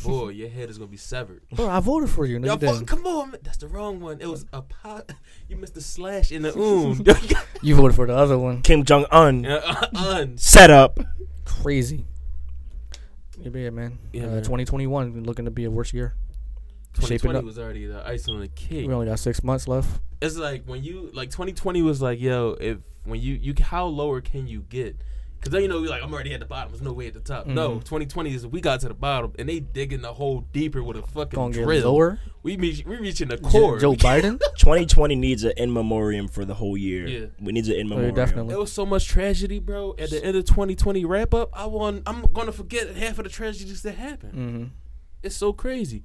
Boy, your head is gonna be severed. Bro, I voted for you. No, Y'all you fuck, didn't. come on, man. that's the wrong one. It was a pot. You missed the slash in the un. You voted for the other one. Kim Jong Un. Uh, un. Set up. Crazy. Yeah, yeah, man. Yeah, uh, man. 2021 looking to be a worse year. Shape it 2020 up. was already the icing on the cake. We only got six months left. it's like when you like 2020 was like yo if when you you how lower can you get because then you know you're like i'm already at the bottom there's no way at the top no Mhm. 2020 is we got to the bottom and they digging the hole deeper with a fucking Gonna get drill lower. we reach, we reaching the J- core Joe Biden. 2020 needs an in memoriam for the whole year. Yeah. We need an in Oh, memoriam. definitely. there was so much tragedy bro at the end of 2020 wrap up i won i'm gonna forget half of the tragedies that happened Mm-hmm. it's so crazy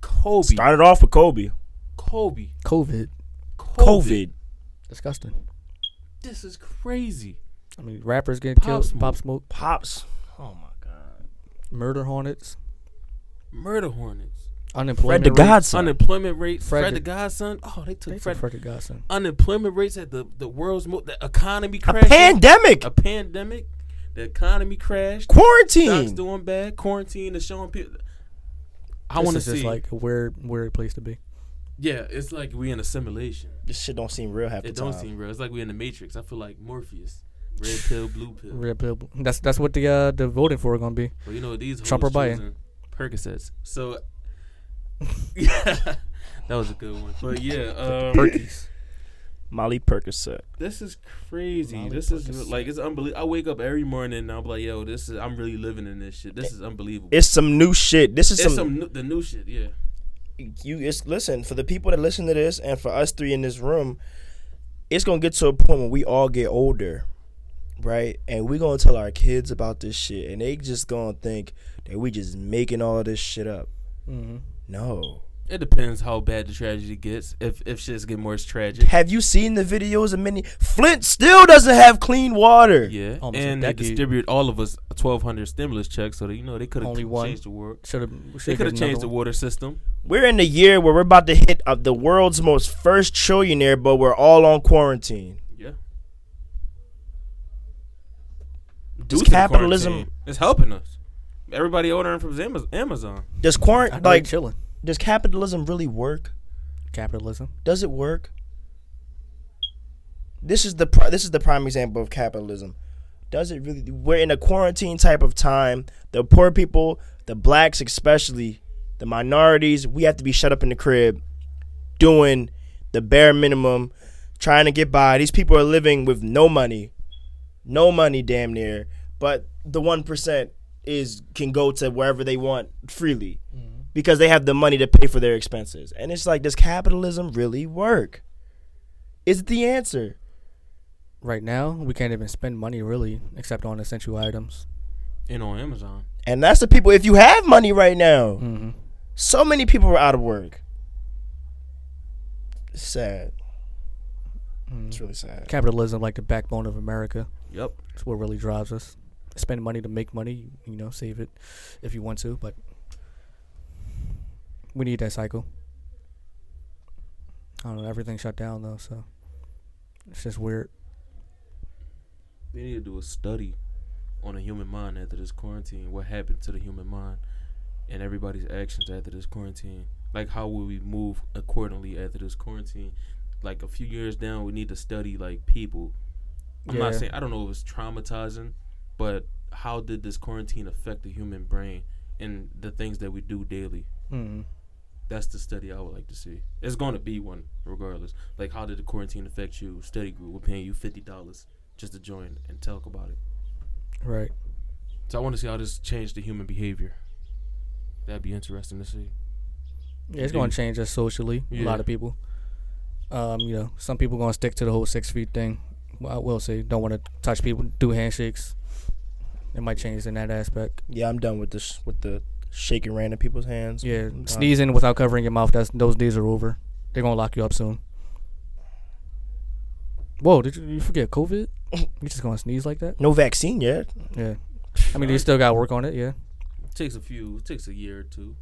kobe Started off with Kobe. kobe COVID. covid COVID. Disgusting. this is crazy I mean, rappers getting Pop killed. Smoke. Pop Smoke. Pops. Oh my God. Murder Hornets. murder hornets Unemployment. Fred the rate. Godson. unemployment rate fred, Frederick- the godson oh they took They took fred Fred the Godson. unemployment rates at the, the world's most the economy A crashing, pandemic. a pandemic, the economy crashed, stocks Quarantine. doing bad, quarantine is showing people. I This want to is just see, like a weird, weird place to be. yeah, it's like we in a simulation. This shit don't seem real half the It time. don't seem real. It's like we in the Matrix. I feel like Morpheus, red pill, blue pill. Red pill. That's that's what the uh, the voting for are gonna be. But you know what these Trump hoes or Biden? choosing? Percocets. So, yeah, that was a good one. But yeah, um, Perkies. Molly Percocet. This is crazy. Molly this is Percocet. like it's unbelievable. I wake up every morning and I'm like, yo, this is I'm really living in this shit. This is unbelievable. It's some new shit. This is It's some, some, new, the new shit. Yeah, you. It's listen for the people that listen to this, and for us three in this room, it's gonna get to a point when we all get older, right? And we gonna tell our kids about this shit, and they just gonna think that we just making all this shit up. Mm-hmm. No. it depends how bad the tragedy gets. If if shit's getting worse, tragic. Have you seen the videos of many? Flint still doesn't have clean water. Yeah, Almost a and they decade. distribute all of us 1,200 stimulus checks, so that, you know they could have Only one. changed the world. Should have. They could have changed the water system. We're in the year where we're about to hit uh, the world's most first trillionaire, but we're all on quarantine. Yeah. Does Due to the capitalism- quarantine, is helping us. Everybody ordering from Zama- Amazon. Does I quarant know like like chilling. does capitalism really work? Capitalism. Does it work? This is the pri- this is the prime example of capitalism. Does it really? We're in a quarantine type of time. The poor people, the blacks especially, the minorities, we have to be shut up in the crib, doing the bare minimum, trying to get by. These people are living with no money, no money, damn near. But the one percent is can go to wherever they want freely because they have the money to pay for their expenses. And it's like, does capitalism really work? Is it the answer? Right now, we can't even spend money really, except on essential items. and on Amazon. And that's the people. If you have money right now, Mm-hmm. so many people are out of work. It's sad. It's really sad. Capitalism, like the backbone of America, Yep. it's what really drives us. Spend money to make money, you know, save it if you want to, but we need that cycle. I don't know. Everything shut down though, so it's just weird. They need to do a study on the human mind after this quarantine. What happened to the human mind and everybody's actions after this quarantine? Like, how will we move accordingly after this quarantine? Like, a few years down, we need to study, like, people. I'm not Yeah. saying, I don't know if it's traumatizing, but how did this quarantine affect the human brain and the things that we do daily? Mm-hmm. That's the study I would like to see. It's going to be one, regardless. Like, how did the quarantine affect you? Study group, we're paying you $50 just to join and talk about it. Right. So I want to see how this changed the human behavior. That'd be interesting to see. Yeah, it's Do going you- to change us socially. A Yeah. lot of people. Um, you know, some people going to stick to the whole six feet thing. Well, I will say, don't want to touch people, do handshakes. It might change in that aspect. Yeah, I'm done with this. With the shaking random people's hands. Yeah, I'm done. sneezing without covering your mouth. That's those days are over. They're gonna lock you up soon. Whoa, did you, you forget COVID? You just gonna sneeze like that? No vaccine yet. Yeah. I mean, they still got to work on it. Yeah, It takes a few. It takes a year or two.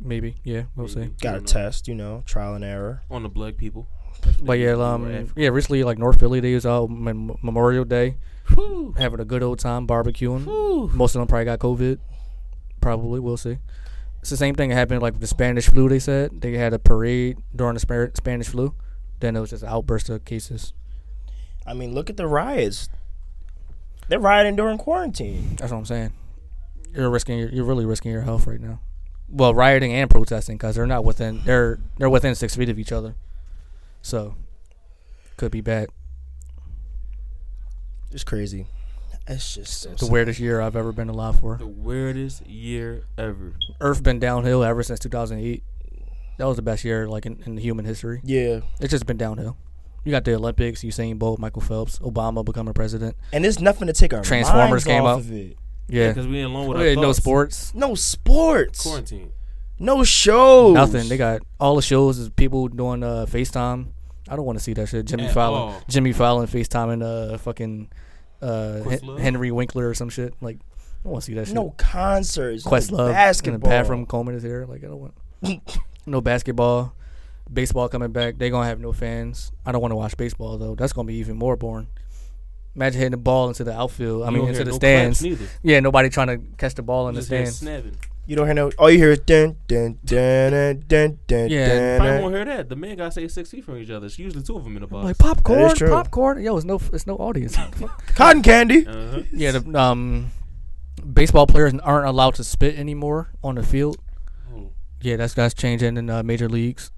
maybe. Yeah, we'll see. maybe. Got You to know, test. You know, trial and error. on the black people. But yeah, Or um, Af- yeah, recently like North Philly, they was out mem- Memorial Day, Whew, having a good old time barbecuing. whew. Most of them probably got COVID. Probably, we'll see. It's the same thing that happened like with the Spanish flu. They said they had a parade during the Spar- Spanish flu. Then it was just an outburst of cases. I mean, look at the riots. They're rioting during quarantine. That's what I'm saying. You're risking. Your, you're really risking your health right now. Well, rioting and protesting because they're not within. They're they're within six feet of each other. So, could be bad. It's crazy. It's just so The weirdest year I've ever been alive for. The weirdest year ever. Earth been downhill ever since 2008. That was the best year like in, in human history. Yeah, It's just been downhill. You got the Olympics, Usain Bolt, Michael Phelps, Obama becoming president. and there's nothing to take our Transformers minds came off out. of it. Yeah, Because we ain't alone with We our had no thoughts. sports, No sports, Quarantine. no shows, nothing. They got all the shows is people doing uh, FaceTime. I don't want to see that shit. Jimmy At Fallon, all. Jimmy Fallon FaceTiming uh fucking uh Quest Hen- Love? Henry Winkler or some shit. Like I don't want to see that shit. no concerts, Quest no Love basketball, in the bathroom combing his hair. Like I don't want no basketball, baseball coming back. They gonna have no fans. I don't want to watch baseball though. That's gonna be even more boring. Imagine hitting the ball into the outfield. I You mean don't into hear the no stands. claps neither. Yeah, nobody trying to catch the ball in the Just hear stands. snapping. You don't hear no. All you hear is dun dun dun dun dun dun. Yeah, dun, Probably dun. won't hear that. The man got to stay six feet from each other. It's usually two of them in a box. Like popcorn, true. popcorn. Yo, it's no, it's no audience. cotton candy. uh-huh. yeah, the um, baseball players aren't allowed to spit anymore on the field. Oh, Yeah, that's that's changing in uh, major leagues.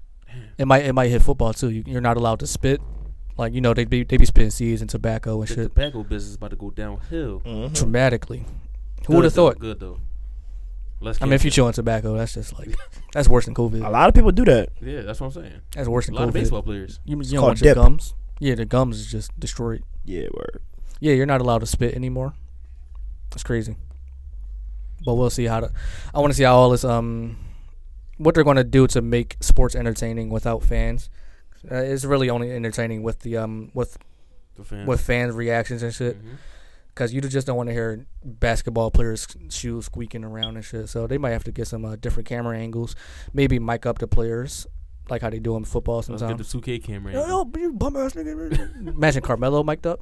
It might it might hit football too. You, you're not allowed to spit, Like you know, they be they be spitting seeds and tobacco and The shit tobacco business is about to go downhill. Mhm. dramatically. Who Good would have though, thought? Good though. Let's. I mean, if keep you're chewing tobacco, that's just like that's worse than A COVID. lot of people do that. it. Yeah, that's what I'm saying. That's worse A than lot of COVID. baseball players. You, you don't called want your dip. gums. Yeah, the gums is just destroyed. Yeah, word. Yeah, you're not allowed to spit anymore. It's crazy. But we'll see how to. I want to see how all this um, what they're going to do to make sports entertaining without fans. Uh, it's really only entertaining with the um with The fans. with fans' reactions and shit. Mhm. Cause you just don't want to hear basketball players' shoes squeaking around and shit. So they might have to get some uh, different camera angles. Maybe mic up the players, like how they do in football Let's get the sometimes. 2K camera. Yo, in. yo, you bum ass nigga. Imagine Carmelo mic'd up,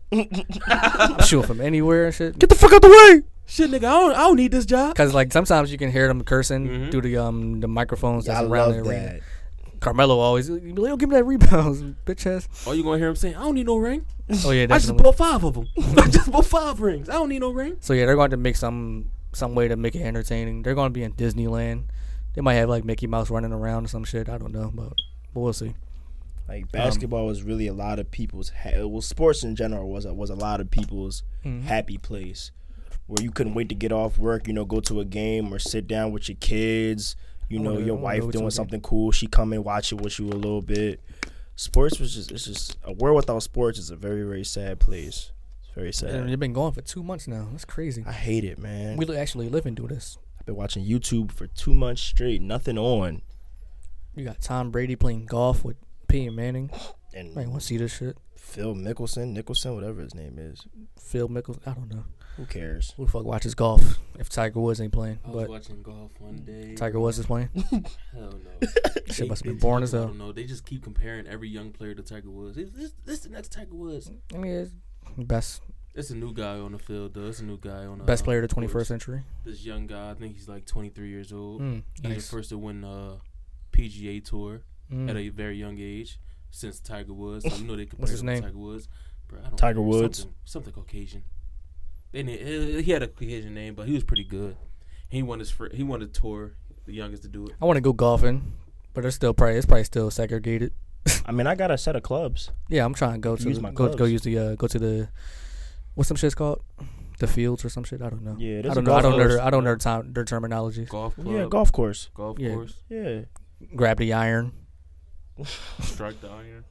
shooting from anywhere and shit. Get the fuck out the way. Shit, nigga, I don't, I don't need this job. Cause like sometimes you can hear them cursing Mhm. through the um the microphones that's I around love the arena. that. Carmelo always, you be like, yo, give me that rebound, bitch ass. All you gonna hear him saying, I don't need no ring. Oh yeah, I just definitely. bought five of them. I just bought five rings. I don't need no ring. So yeah, they're going to make some some way to make it entertaining. They're going to be in Disneyland. They might have like Mickey Mouse running around or some shit. I don't know, but but we'll see. Like basketball was really a lot of people's. Ha- well, sports in general was a, was a lot of people's Mm-hmm. happy place where you couldn't wait to get off work. You know, go to a game or sit down with your kids. You I know, wanna- Oh, I your wanna go wife to a doing game. something cool. She come and watch it with you a little bit. Sports was just it's just a world without sports is a very very sad place. It's very And sad. they've been going for two months now. That's crazy. I hate it, man. We li- actually live and do this. I've been watching YouTube for two months straight, nothing on. You got Tom Brady playing golf with Peyton Manning. And I want to see this shit. Phil Mickelson, Nicholson, whatever his name is. Phil Mickelson. I don't know. Who cares? Who the fuck watches golf if Tiger Woods ain't playing? I was But watching golf one day. Tiger Woods is playing. Hell no. They- shit must have they been boring as just- I hell. don't know. They just keep comparing every young player to Tiger Woods. This, this, this the next Tiger Woods. I mean, it's best It's a new guy on the field, though. It's a new guy on. best uh, player of the course. 21st century. This young guy, I think he's like 23 years old. Mm, He's nice. the first to win uh, PGA Tour at Mm. a very young age since Tiger Woods. I know they compared What's his him to name? Tiger Woods. Bro, I don't Tiger care. Woods. Something, something Caucasian. They didn't- uh, he had a Caucasian name, but he was pretty good. He won his fir- he won a tour, the youngest to do it. I want to go golfing, but it's still probably it's probably still segregated. I mean, I got a set of clubs. Yeah, I'm trying to go to Use the- my go go clubs. use the uh, go to the what's some shit's called the fields or some shit. I don't know. Yeah, I there's a don't know. I golf don't know. course. Their, I don't know their, time, their terminologies. Golf club, Yeah, golf, golf course. Yeah. course, Yeah. Grab the iron, strike the iron.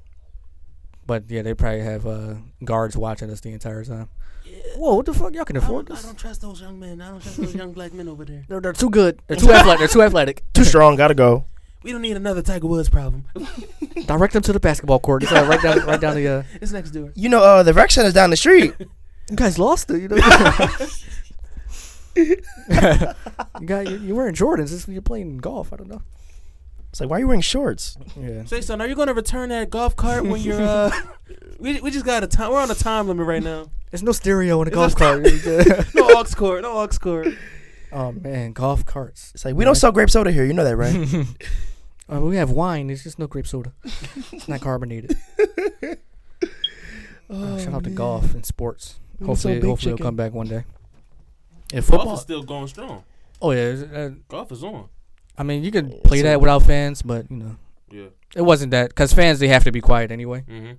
but yeah, they probably have uh, guards watching us the entire time. Whoa, what the fuck? Y'all can afford this? trust those young men. I don't trust those young black men over there. They're, they're too good. They're too athletic. They're too athletic. Too strong, gotta go. We don't need another Tiger Woods problem. Direct them to the basketball court. It's, uh, right down, right down the. Uh, It's next door. You know, uh, the rec center's down the street. you guys lost it. You know. you got you, you're wearing Jordans. This, you're playing golf. I don't know. It's like, why are you wearing shorts? Yeah. Say, son, are you going to return that golf cart when you're? uh We we just got a time. We're on a time limit right now. There's no stereo in a It's golf a- cart. No aux cord. No aux cord. oh man, golf carts. It's like, we don't sell grape soda here. You know that, right? Uh, we have wine. It's just no grape soda. It's not carbonated. Uh, shout out to golf and sports. We sell hopefully, big hopefully it'll chicken. come back one day. Golf And is football. still going strong. Oh yeah. it's- Uh, Golf is on. I mean, you can It's play a- that without fans, but you know, Yeah. it wasn't that because fans they have to be quiet anyway. Mm-hmm.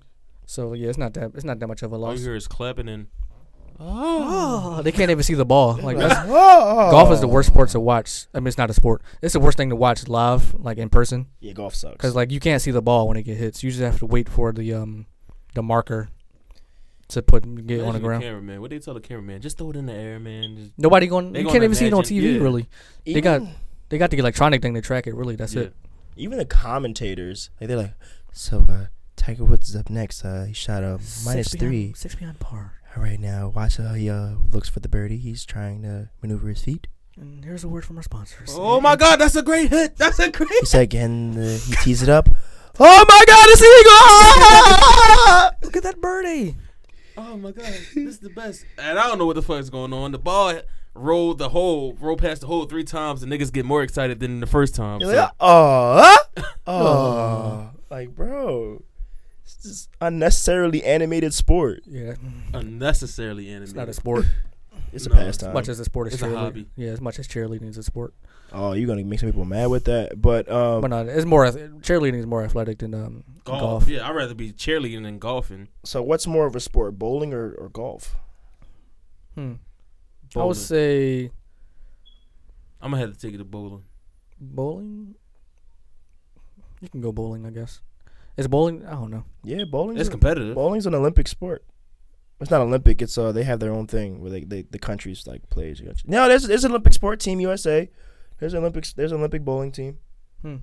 So yeah, it's not that it's not that much of a All you loss. hear is clapping and Oh, they can't even see the ball. Like that's oh. golf is the worst sport to watch. I mean, it's not a sport. It's the worst thing to watch live, like in person, Yeah, golf sucks. because like you can't see the ball when it get hits. You just have to wait for the um the marker to put get on the ground. Cameraman, what they tell the cameraman? Just thw it in the air, man. Just, Nobody going. They You gonna can't even see it on imagine- TV. yeah. Really, even, they got- they got the electronic thing to track it. Really, that's yeah. it. even the commentators. Like they're like, so uh, Tiger Woods is up next. Uh, he shot a minus behind, three. Six behind par. All right, now watch how he uh, looks for the birdie. He's trying to maneuver his feet. And here's a word from our sponsors. Oh my God, that's a great hit. That's a great. He's like, and uh, he tees it up. Oh my God, it's an eagle! Look at that birdie. Oh my god, this is the best. And I don't know what the fuck is going on. The ball rolled the hole, rolled past the hole three times, and niggas get more excited than the first time. You're So, like, oh, huh? oh, like bro, it's just unnecessarily animated sport. Yeah, unnecessarily animated. it's not a sport. It's a No, it's pastime. As much as a sport is It's a cheerleading. hobby. Yeah, as much as cheerleading is a sport. oh, you're gonna make some people mad with that, but um, but not, it's more ath- cheerleading is more athletic than um, Golf. golf. Yeah, I'd rather be cheerleading than golfing. so what's more of a sport, bowling or, or golf? Hmm. I Bowling. would say I'm gonna have to take it to bowling. bowling. You can go bowling, I guess. Is bowling? I don't know. Yeah, bowling. It's competitive. Bowling's an Olympic sport. It's not Olympic. It's uh, they have their own thing where they, they the countries like plays against. No, there's there's an Olympic sport team USA. There's an Olympics. There's an Olympic bowling team. Hmm.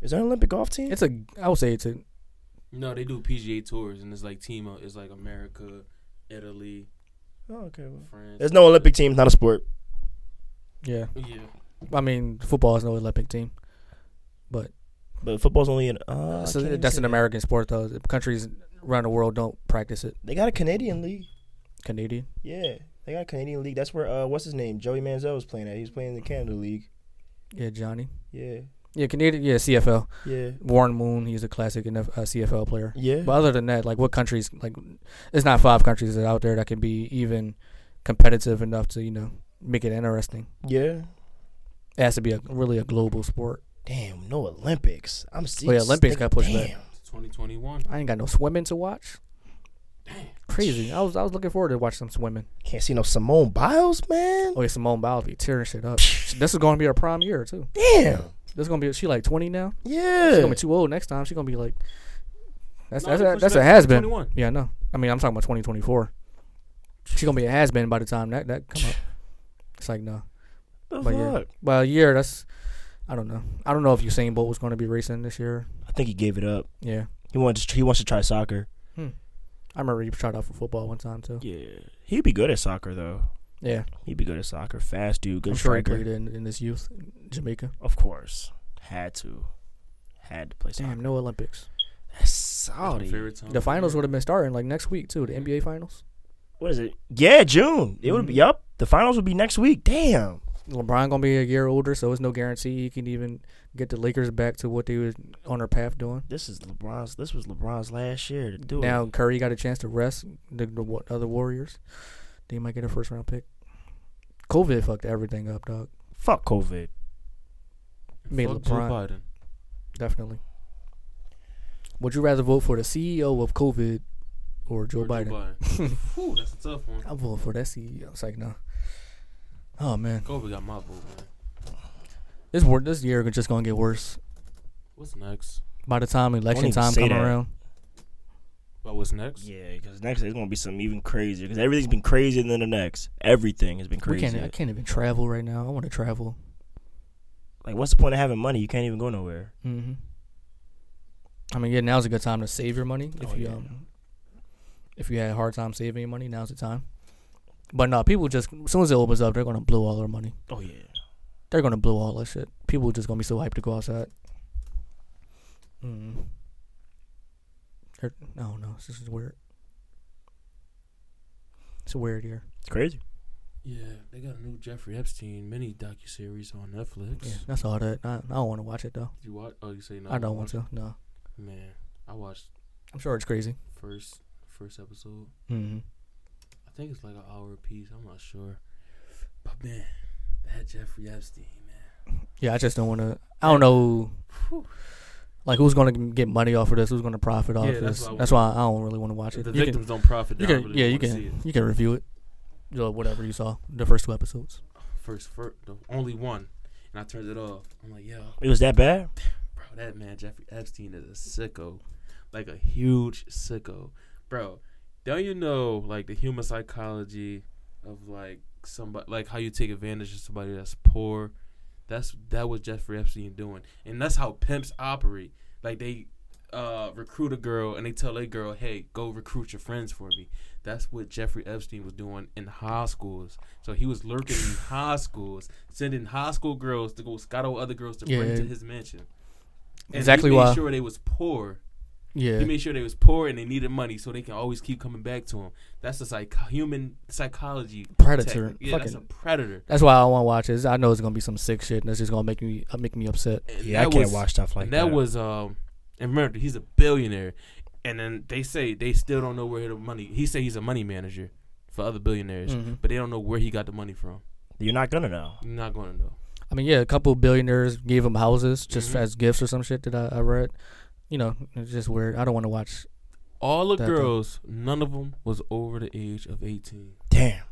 Is there an Olympic golf team? It's a. I would say it's a. No, they do PGA tours, and it's like team. It's like America, Italy, oh, okay. Well. France. There's no Olympic team. Not a sport. Yeah. Yeah, I mean, football is no Olympic team. But football's only in. Uh, so can't that's say an that. American sport, though. The countries around the world don't practice it. They got a Canadian league. Canadian. Yeah, they got a Canadian league. That's where uh, what's his name? Joey Manziel was playing at. He was playing in the Canada league. Yeah, Johnny. Yeah, Yeah, Canadian. Yeah, CFL. yeah, Warren Moon. He's a classic NF, uh, CFL player. yeah. But other than that, like what countries? Like, it's not five countries that out there that can be even competitive enough to you know make it interesting. yeah. It has to be a really a global sport. Damn, no Olympics. I'm seeing. Oh, yeah, Olympics got pushed damn. back. 2021. I ain't got no swimming to watch. Crazy. I was I was looking forward to watch some swimming. Can't see no Simone Biles, man. Oh yeah, Simone Biles be tearing shit up. this is going to be her prime year too. Damn. This is going to be she like twenty now. She's Yeah. gonna be too old next time. She's gonna be like that's No, that's they a, pushed that's back a to has been. 2021. Yeah, I know. I mean, I'm talking about 2024. She's gonna be a has been by the time that that come up. It's like no, The but yeah. fuck? by a year that's I don't know. I don't know if Usain Bolt was gonna be racing this year. I think he gave it up. Yeah, He wanted. To, he wants to try soccer. I remember he tried out for football one time too. Yeah. He'd be good at soccer though. Yeah, He'd be good at soccer. Fast dude. Good I'm sure he striker. played in in his youth in Jamaica. of course. Had to. Had to play soccer. Damn, no Olympics. That's That's my Saudi. favorite time The of finals year. would have been starting like next week too. The NBA finals. what is it? Yeah, June. It would be. Mhm. Yup. The finals would be next week. Damn. LeBron gonna be a year older, so it's no guarantee he can even get the Lakers back to what they was on their path doing. This is LeBron's. This was LeBron's last year to do Now it. Curry got a chance to rest the, the wa- other Warriors. They might get a first round pick. COVID fucked everything up, dog. Fuck COVID. made Fuck Joe LeBron. Biden. Definitely. Would you rather vote for the CEO of COVID or Joe Or Biden? Whew, that's a tough one. I vote for that CEO. It's like no. Oh man, Kobe got my vote, man. this wor- this year is just gonna get worse. What's next? By the time election even time say come that. around, About what's next? Yeah, because next it's gonna be something even crazier. Because everything's been crazier than the next. Everything has been crazy. we can't. I can't even travel right now. I want to travel. Like, what's the point of having money? You can't even go nowhere. hmm I mean, yeah, now's a good time to save your money. If Oh, you yeah. um, if you had a hard time saving your money, now's the time. But no, people just as soon as it opens up, they're gonna blow all their money. Oh yeah. They're gonna blow all that shit. People just gonna be so hyped to go outside. Mm. They're- I don't know. This is weird. It's a weird year. It's crazy. Yeah, they got a new Jeffrey Epstein mini docuseries on Netflix. Yeah, that's all that. I, I don't want to watch it though. You watch? Oh, you say no? I don't want to. No, Man, I watched I'm sure it's crazy. first first episode. hmm I think it's like an hour piece. I'm not sure. But man, that Jeffrey Epstein, man. Yeah, I just don't want to. I don't know. Whew. Like who's gonna g- get money off of this? Who's gonna profit off Yeah, of that's this? why I That's why I don't really want to watch it. The You victims don't profit. can, you I don't can- really yeah, you wanna see can, you can review it. You know, whatever you saw, the first two episodes. it. First, first, the only one, and I turned it off. I'm like, yo, It was that bad. bro, that man Jeffrey Epstein is a sicko, like a huge sicko, bro. Don't you know like the human psychology of like somebody, like how you take advantage of somebody that's poor? That's that was Jeffrey Epstein doing, and that's how pimps operate. Like they uh, recruit a girl and they tell a girl, "Hey, go recruit your friends for me." That's what Jeffrey Epstein was doing in high schools. So he was lurking in high schools, sending high school girls to go scuttle other girls to bring Yeah. to his mansion. And Exactly he made why. sure they was poor. Yeah, He made sure they was poor and they needed money, so they can always keep coming back to him. That's the psych- human psychology. Predator. technique. Yeah, that's a Fucking- predator. that's why I want to watch it. is I know it's gonna be some sick shit, and that's just gonna make me uh, make me upset. And Yeah, I that can't was- watch stuff like and that. that, was um and remember he's a billionaire and then they say they still don't know where the money he say he's a money manager for other billionaires, Mhm. but they don't know where he got the money from. You're not gonna know. You're not gonna know. I mean, yeah, a couple of billionaires gave him houses just Mhm. as gifts or some shit that I, I read. You know, it's just weird. I don't want to watch. All the That thing. girls, none of them was over the age of 18, Damn.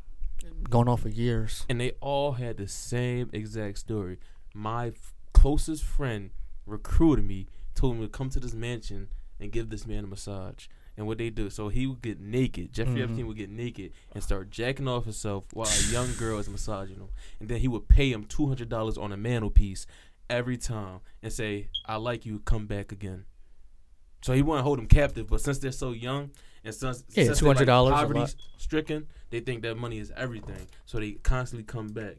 Going on for years. and they all had the same exact story. My f- closest friend recruited me, told me to come to this mansion and give this man a massage. And what they do, so he would get naked. Jeffrey Mhm. Epstein would get naked and start jacking off himself while a young girl is massaging him. And then he would pay him two hundred dollars on a mantelpiece every time and say, "I like you. Come back again." So he wouldn't hold them captive, but since they're so young and since Yeah, since they're, $200 a lot. poverty stricken, they think that money is everything. So they constantly come back.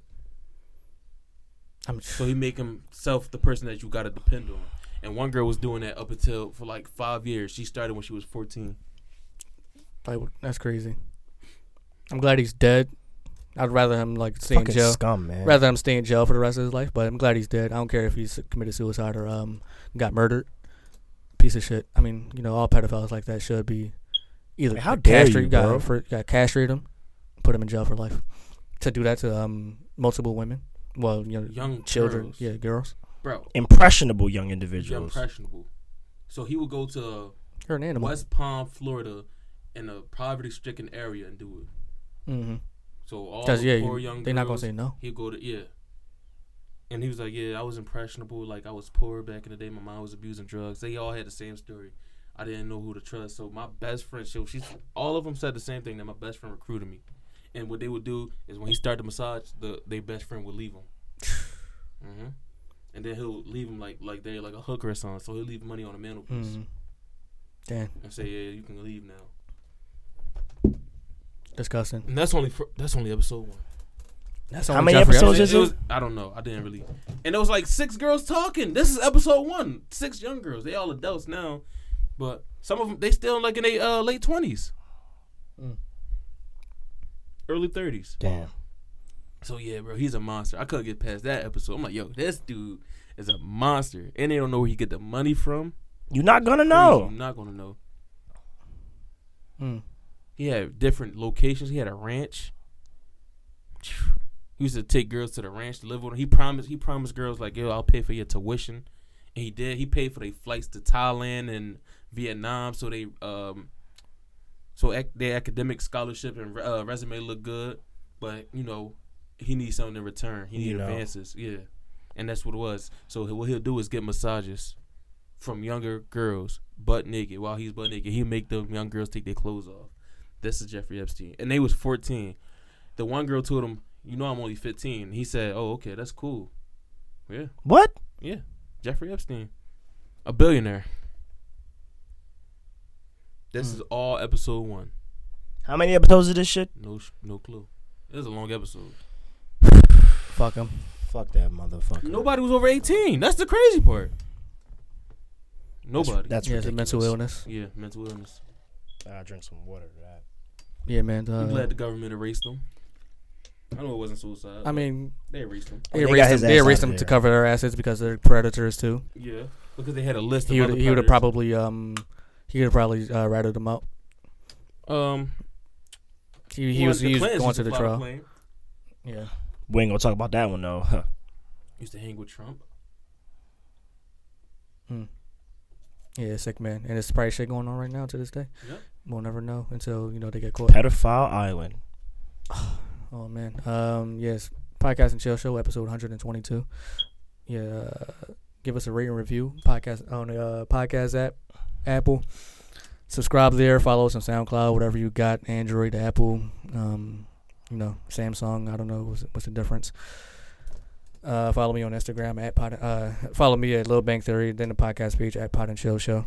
I'm So he make himself the person that you gotta depend on. And one girl was doing that up until for like five years. She started when she was fourteen. like, that's crazy. I'm glad he's dead. I'd rather him like stay in Fucking jail. scum, man. Rather him stay in jail for the rest of his life. But I'm glad he's dead. I don't care if he's committed suicide or um got murdered. Piece of shit. I mean, you know, all pedophiles like that should be either Man, how dare castrate you, got bro. for got castrate him, put him in jail for life. To do that to um multiple women, well, you know, Young children, girls. yeah, girls. Bro, Impressionable young you're individuals. impressionable. So he would go to You're an animal. West Palm, Florida, in a poverty stricken area and do it. Mm-hmm. So all Cause yeah, the you- poor young they not gonna girls say no. he'd go to yeah. And he was like, Yeah, I was impressionable, like I was poor back in the day, my mom was abusing drugs. They all had the same story. I didn't know who to trust. So my best friend, so she's all of them said the same thing that my best friend recruited me. And what they would do is when he started to massage, the their best friend would leave him. hmm And then he'll leave him like like they're like a hooker or something. So he'll leave money on the mantelpiece Mm. Damn, and say, Yeah, you can leave now. disgusting. And that's only for, that's only episode one. That's How only many Jeffrey episodes Epstein. is It was- it? I don't know. I didn't really. And it was like six girls talking. This is episode one. Six young girls. They all adults now, but some of them they still like in their uh, late twenties, Mm. early thirties. Damn. So yeah, bro, he's a monster. I couldn't get past that episode. I'm like, yo, this dude is a monster, and they don't know where he get the money from. You're not gonna Please, know. I'm not gonna know. Mm. He had different locations. He had a ranch. He used to take girls to the ranch to live with. Him. He promised. He promised girls like, "Yo, I'll pay for your tuition," and he did. He paid for their flights to Thailand and Vietnam, so they um, so ac- their academic scholarship and re- uh, resume look good. But you know, he needs something in return. He You needs know. advances. Yeah, and that's what it was. So he- what he'll do is get massages from younger girls butt naked while he's butt naked. He make the young girls take their clothes off. This is Jeffrey Epstein, and they was fourteen. The one girl told him, "You know, I'm only 15." He said, "Oh, okay, that's cool." Yeah, What? yeah, Jeffrey Epstein, a billionaire. This is all episode one. How many episodes of this shit? No, sh- no clue. It was a long episode. Fuck him. Fuck that motherfucker. Nobody was over 18. That's the crazy part. That's- Nobody. That's, yeah, it's a ridiculous. mental illness. yeah, mental illness. I drink some water. to that. Yeah, man. I'm Uh, glad the government erased them. I know it wasn't suicide. I but mean, they erased them. they they got erased his him, they ass erased out of him to there. cover their assets because they're predators too. Yeah, because they had a list. He of would other he would have predators. probably um he would have probably uh, ratted them out. um. He he one, was the he was Clintons going used to the fly trial. plane. Yeah. We ain't gonna talk about that one though. Huh. Used to hang with Trump. Yeah, sick man. And it's probably shit going on right now to this day. Yep. We'll never know until, you know, they get caught. Pedophile Island. Oh man. Um. Yes. Podcast and Chill Show episode 122. Yeah. Uh, give us a rating review. Podcast on the uh, podcast app, Apple. Subscribe there. Follow us on SoundCloud. Whatever you got, Android, Apple. Um. You know, Samsung. I don't know what's, what's the difference. Uh, follow me on Instagram at pod. Uh, follow me at Little Bank Theory. Then the podcast page at Pod and Chill Show.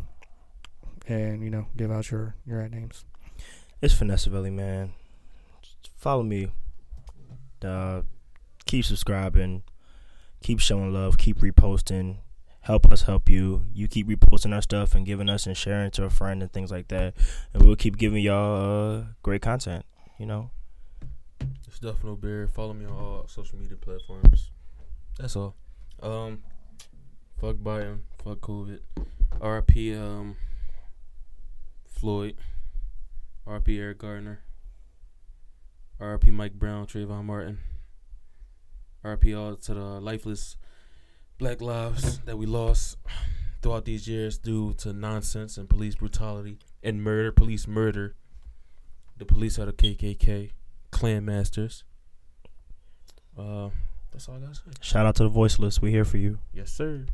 And you know, give out your your ad names. It's Vanessa Belly, man. Just follow me. Uh, keep subscribing. Keep showing love. Keep reposting. Help us help you. You keep reposting our stuff and giving us and sharing to a friend and things like that. And we'll keep giving y'all uh, great content. You know, It's Duff No Beer. Follow me on all social media platforms. That's all. Um, fuck Biden. Fuck COVID. RP um, Floyd. RP Eric Gardner. R.P. Mike Brown, Trayvon Martin. R.P. all to the lifeless black lives that we lost throughout these years due to nonsense and police brutality and murder, police murder. The police are the KKK, clan masters. Uh, that's all I gotta say. Shout out to the voiceless. We here for you. Yes, sir.